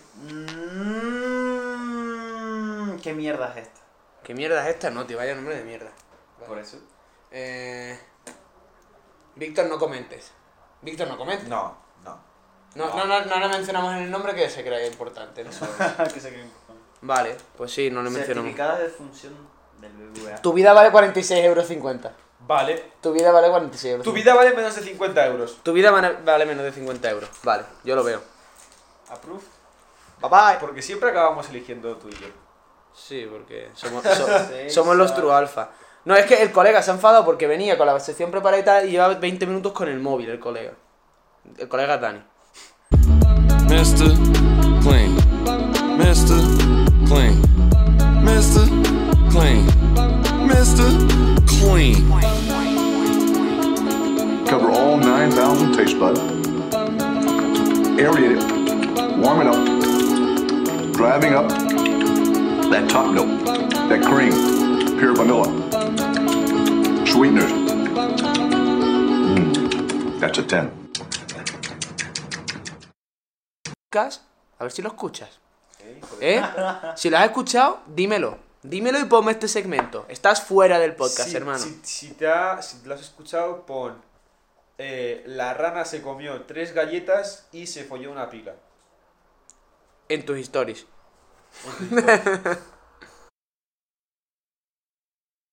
Speaker 4: Mm, ¿Qué mierda es esta?
Speaker 2: ¿Qué mierda es esta? No, tío, vaya nombre de mierda.
Speaker 4: Por eso.
Speaker 2: Eh... Víctor, no comentes. Víctor, no comentes.
Speaker 1: No, no.
Speaker 2: No, no, no, no le mencionamos el nombre que se crea importante. ¿no?
Speaker 4: Ah, que se creen cojones.
Speaker 2: Vale, pues sí, no le mencionamos.
Speaker 4: Certificados de función del BBVA.
Speaker 2: Tu vida vale 46,50 euros.
Speaker 1: Vale.
Speaker 2: Tu vida vale 46 euros.
Speaker 1: Tu vida vale menos de 50 euros.
Speaker 2: Tu vida vale- vale menos de 50 euros. Vale, yo lo veo.
Speaker 4: Approved.
Speaker 2: Bye bye.
Speaker 1: Porque siempre acabamos eligiendo tú y yo.
Speaker 2: Sí, porque somos, so-
Speaker 4: Sí,
Speaker 2: somos los
Speaker 4: sí.
Speaker 2: true alfa. No, es que el colega se ha enfadado porque venía con la sección preparada y tal y llevaba 20 minutos con el móvil, el colega. El colega es Dani.
Speaker 5: Mr. Clean. Mr. Clean. Mr. Clean. Mr. Clean.
Speaker 6: Cover all 9,000 taste buds. Aerate it. Warm it up. Driving up that top note, that cream, pure vanilla. Sweeteners. Mm, that's a 10.
Speaker 2: Cas, A ver si lo escuchas. ¿Eh? Si lo has escuchado, dímelo. Dímelo y ponme este segmento. Estás fuera del podcast,
Speaker 1: Si-
Speaker 2: hermano.
Speaker 1: Si, si te ha- si lo has escuchado, pon. eh, la rana se comió tres galletas y se folló una pila.
Speaker 2: En tus stories.